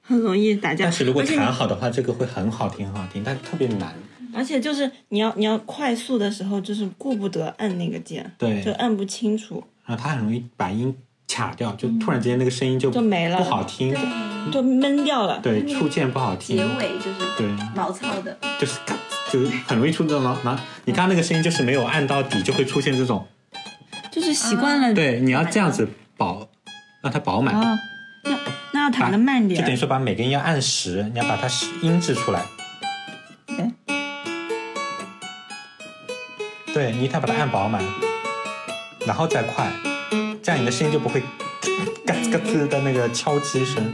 A: 很容易打架，
B: 但是如果
A: 而且你
B: 弹好的话，这个会很好听，很好听，但特别难。
A: 而且就是你要你要快速的时候，就是顾不得按那个键，
B: 对
A: 就按不清楚，
B: 然后它很容易把音卡掉，就突然之间那个声音就
A: 就没了
B: 不好听。
A: 就闷掉了。
B: 对，触键不好
C: 结
B: 听，
C: 尾就是
B: 对，
C: 毛糙
B: [LAUGHS]
C: 的。
B: 就是嘎，就是很容易出这种拿拿。你刚刚那个声音就是没有按到底，就会出现这种。
A: 就是习惯了。
B: 对，你要这样子饱，让它饱满，
A: 哦，那那要弹的慢点
B: 就等于。说把每个音要按实，你要把它实音制出来。
A: 对
B: 对，你一定要把它按饱满，然后再快，这样你的声音就不会嘎吱嘎吱的那个敲击声。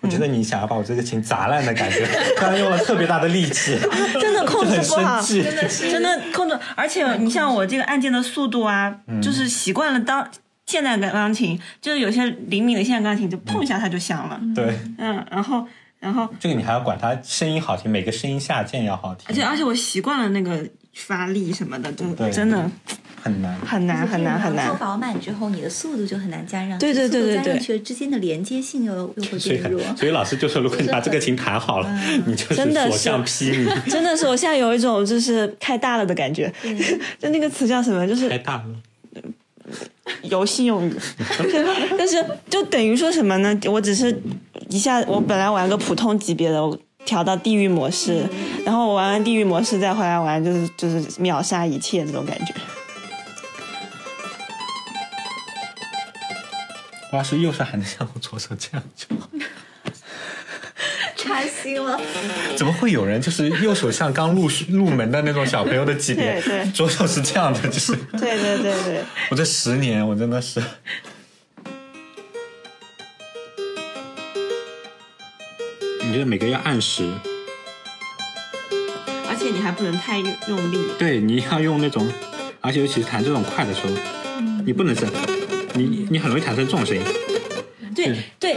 B: 我觉得你想要把我这个琴砸烂的感觉，刚刚用了特别大的力气，
A: 啊真的控制
B: 就很
A: 不
B: 生
A: 好，
B: 气。
A: 真的控制。而且你像我这个按键的速度啊，
B: 嗯
A: 就是习惯了当现代钢琴，就是有些灵敏的现代钢琴，就碰一下它就响了。
B: 对，
A: 嗯，然后然后，
B: 这个你还要管它声音好听，每个声音下键要好
A: 而且啊
B: 听，
A: 而且我习惯了那个发力什么的，就
B: 对
A: 真的
B: 很难。
A: 很难很难很
C: 做
A: 难。
C: 饱满之后，你的速度就很难加上去，
A: 对对对对对
C: 速度加上去了之间的连接性又又会
B: 所以
C: 变弱。
B: 很， [LAUGHS] 所以老师就说，如果你把这个琴弹好了，你就
A: [LAUGHS]
B: 是
A: 真的是
B: 所向披
A: [LAUGHS]
B: 靡，
A: 真的是，我现在有一种就是太大了的感觉， [LAUGHS] 就那个词叫什么，就是
B: 太大了。
A: 有信用语，
B: [LAUGHS]
A: 但是就等于说什么呢？我只是一下，我本来玩个普通级别的，我调到地狱模式，然后我玩完地狱模式再回来玩，就是就是秒杀一切这种感觉。
B: 我要是右手喊得像我左手这样就好。 [LAUGHS]
C: 插心了，
B: 怎么会有人就是右手像刚入入门的那种小朋友的级别，
A: [LAUGHS] 对对
B: 左手是这样的，就是 [LAUGHS]
A: 对对对对，
B: 我这十年我真的是。你觉得每个要按时，
A: 而且你还不能太用力，
B: 对，你要用那种，而且尤其是弹这种快的时候，
A: 嗯
B: 你不能是，你你很容易弹成这种声音。
A: 对对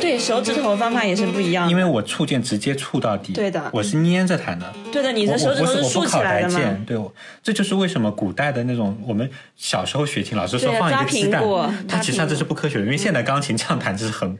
A: 对，手指头方法也是不一样的。
B: 因为我触键直接触到底，
A: 对的
B: 我是捏着弹的。
A: 对的，你
B: 我
A: 的手
B: 我
A: 指头
B: 不是我
A: 竖
B: 不
A: 起
B: 考
A: 来
B: 来
A: 的嘛
B: 键，。对，我这就是为什么古代的那种我们小时候学琴，老师说
A: 对啊
B: 放一
A: 抓
B: 个鸡蛋
A: 苹果，
B: 它
A: 抓
B: 其实上
A: 苹
B: 这是不科学的，因为现代钢琴这样弹就是很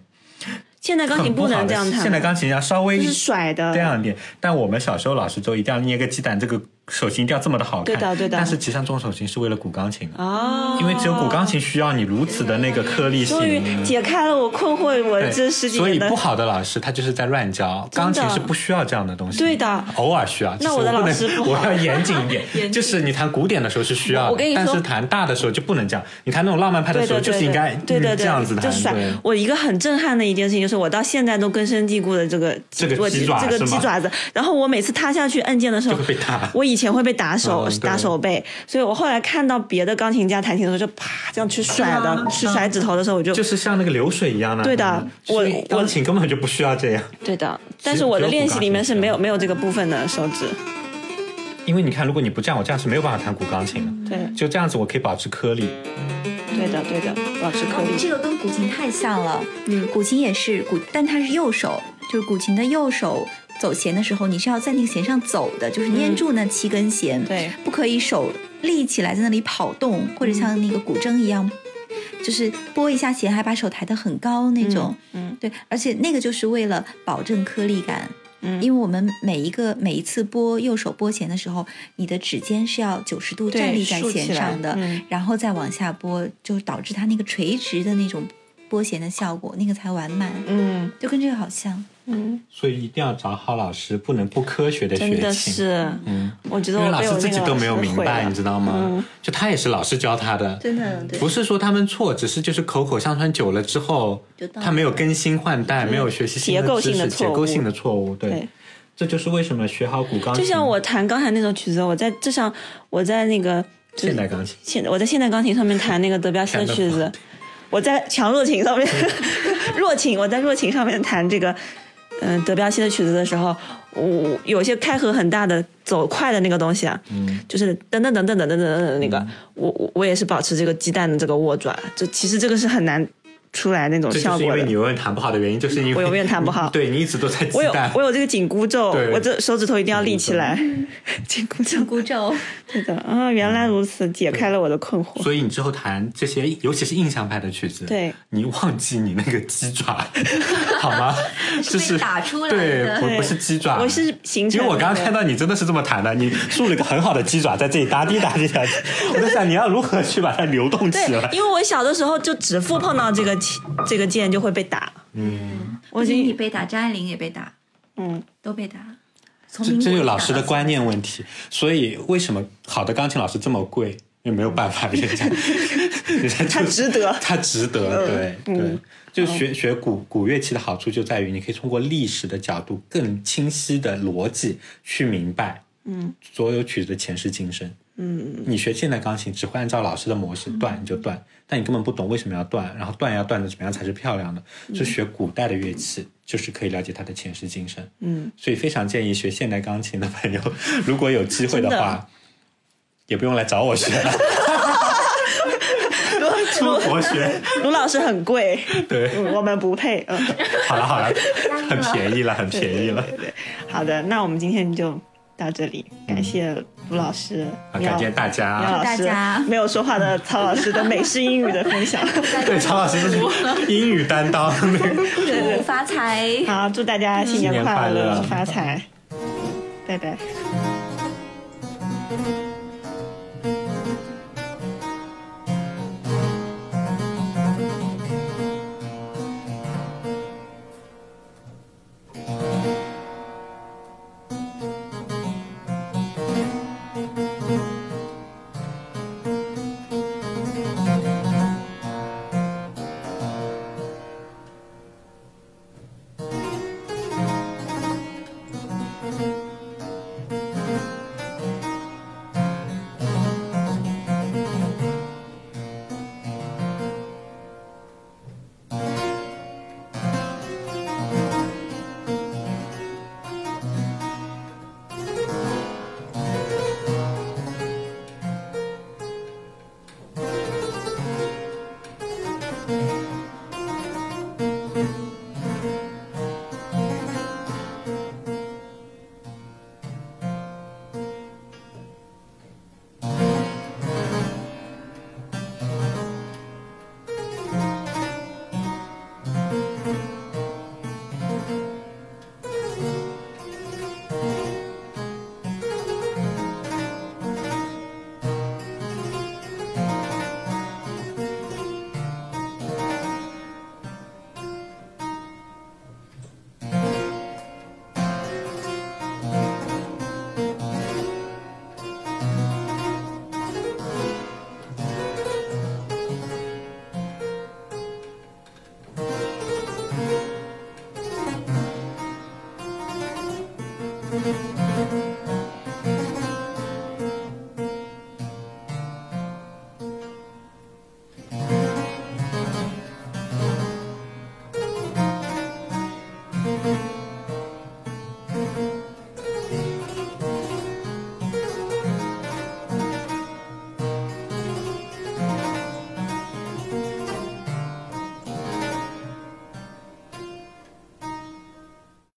A: 现在钢
B: 很
A: 琴不
B: 好
A: 能
B: 的
A: 这样弹，
B: 现代钢琴要稍微
A: 就是甩的。
B: 这样一点，但我们小时候老师就一定要捏个鸡蛋，这个手琴一定要这么的好看。
A: 对的对的
B: 但是吉上中手琴是为了古钢琴的，
A: 哦，
B: 因为只有古钢琴需要你如此的那个颗粒性。
A: 终于解开了我困惑我
B: 对
A: 这十几
B: 嗯所以
A: 年的
B: 不。好的老师他就是在乱教，钢琴是不需要这样的东西。
A: 对的
B: 偶尔需要。
A: 那我的
B: 只是
A: 老师
B: 不
A: 不
B: 能，
A: 好
B: 我要严谨一
A: [LAUGHS]
B: 点，就是你弹古典的时候是需要的，
A: 我跟你说
B: 但是弹大的时候就不能这样。你弹那种浪漫派的
A: 对
B: 时候
A: 的，
B: 就是
A: 对
B: 应
A: 的
B: 该
A: 对的，
B: 嗯这
A: 对
B: 样
A: 的
B: 子
A: 就
B: 弹。
A: 甩
B: 对。
A: 我一个很震撼的一件事情，就是我到现在都根深蒂固的这个
B: 这个
A: 我
B: 鸡爪
A: 这个
B: 是
A: 鸡
B: 吗
A: 爪子。然后我每次塌下去按键的时候
B: 就会被打
A: 我以前会被打手、
B: 嗯对
A: 打手背，所以我后来看到别的钢琴家弹琴的时候，就啪这样去甩的，去甩指头的时候，我就
B: 就是像那个流水一样的。
A: 对的
B: 嗯
A: 我
B: 所以钢琴根本就不需要这样，
A: 对的。但是我的
B: 只有
A: 练习里面是没有
B: 古
A: 没有这个部分的手指，
B: 因为你看，如果你不这样，我这样是没有办法弹古钢琴的。
A: 对
B: 就这样子，我可以保持颗粒。
A: 对的对的，保持颗
C: 哦，这
A: 粒。
C: 个跟古琴太像了。嗯，古琴也是古，但它是右手，就是古琴的右手走弦的时候，你是要在那个弦上走的，就是粘住那七根弦，
A: 嗯对，嗯
C: 不可以手立起来在那里跑动，或者像那个古筝一样。就是拨一下弦，还把手抬得很高那种，
A: 嗯嗯
C: 对，而且那个就是为了保证颗粒感，
A: 嗯
C: 因为我们每一个每一次拨右手拨弦的时候，你的指尖是要九十度
A: 对
C: 站立在
A: 竖起
C: 弦上的，
A: 来嗯
C: 然后再往下拨，就导致它那个垂直的那种拨弦的效果，那个才完满，
A: 嗯
C: 就跟这个好像。
A: 嗯，
B: 所以一定要找好老师，不能不科学的学琴。
A: 真的是，
B: 嗯，
A: 我觉得
B: 因
A: 我
B: 为老
A: 被
B: 师
A: 我
B: 自
A: 那
B: 己
A: 个
B: 都没有
A: 老师
B: 明
A: 毁
B: 白，
A: 了
B: 你知道吗？
A: 嗯
B: 就他也是老师教他的，
C: 真的，对 [LAUGHS]
B: 不是说他们错，只是就是口口相传久了之后
C: 就，到
B: 他没有更新换代，没有学习新
A: 嗯结构
B: 的知
A: 性的
B: 识，
A: 错
B: 结
A: 误
B: 构性的错误，对
A: 对。
B: 这就是为什么学好古钢琴，
A: 就像我弹刚才那首曲子，我在这上，我在那个就是
B: 现代钢琴，
A: 现我在现代钢琴上面弹那个德彪西的曲子，我在强弱琴上面， [LAUGHS] 弱琴我在弱琴上面弹这个，嗯、德彪西的曲子的时候，我我有些开合很大的走快的那个东西啊，
B: 嗯，
A: 就是噔噔噔噔噔噔噔噔的那个，我我我也是保持这个鸡蛋的这个握爪，就其实这个是很难出来那种
B: 这
A: 效
B: 就是因
A: 果
B: 为
A: 的
B: 你。永远弹不好的原因，就是因为
A: 我永远弹不好
B: [LAUGHS] 对你一直都在自
A: 我有
B: 弹
A: 我，有这个紧箍咒，
B: 对
A: 我这手指头一定要立起来。紧箍咒，
C: 孤咒，
A: 对的啊、原来如此，解开了我的困惑。
B: 所以你之后弹这些，尤其是印象派的曲子，
A: 对，
B: 你忘记你那个鸡
A: [LAUGHS]
B: 爪好吗？
C: 是
B: 就
C: 被
B: 是
C: 打出来
B: 对
C: 的，
B: 不
A: 对
B: 不是鸡爪，
A: 我是形
B: 啊 [LAUGHS] 因
A: 成
B: 为我刚刚
A: 那个
B: 看到你真的是这么弹的，你竖了一个很好的鸡爪在这里哒滴哒滴哒滴，我在想你要如何去把它流动起
A: 对，
B: 来。
A: 因为我小的时候就指腹碰到
B: [LAUGHS]
A: 这个琴这个键就会被打。
B: 嗯，
A: [LAUGHS] 我已
C: 不仅你
A: 经
C: 被打，张爱玲也被打，
A: 嗯，
C: 都被打。从
B: 这
C: 民
B: 这
C: 国
B: 就是
C: 被
B: 老
C: 打
B: 师的
C: 到
B: 观念问题。所以为什么好的钢琴老师这么贵？也没有办法，人家人家
A: 它
B: 就
A: 值得
B: [LAUGHS] 他值得，对、对，就学学古古乐器的好处就在于，你可以通过历史的角度，更清晰的逻辑去明白，嗯，所有曲子的前世今生。嗯，你学现代钢琴只会按照老师的模式断你就断，但你根本不懂为什么要断，然后断要断的怎么样才是漂亮的。就学古代的乐器，就是可以了解它的前世今生。嗯，所以非常建议学现代钢琴的朋友， [LAUGHS] 如果有机会的啊
A: 真的
B: 话，也不用来找我学了， [LAUGHS] 出国学。
A: 卢老师很贵，
B: 对，
A: 嗯，我们不配。嗯，
B: 好了好了，很便宜了，很便宜了。
A: 好的，那我们今天就到这里，感谢卢老师，
B: 啊感谢大
A: 苗
B: 家。啊
A: 老师
C: 谢谢大家
A: 没有说话的曹老师的美式英语的分享。
B: 对，曹老师是英语担当。
C: 祝发财。
A: 好，祝大家新
B: 嗯新年
A: 快
B: 快乐
A: 发财，拜拜。
E: Thank 嗯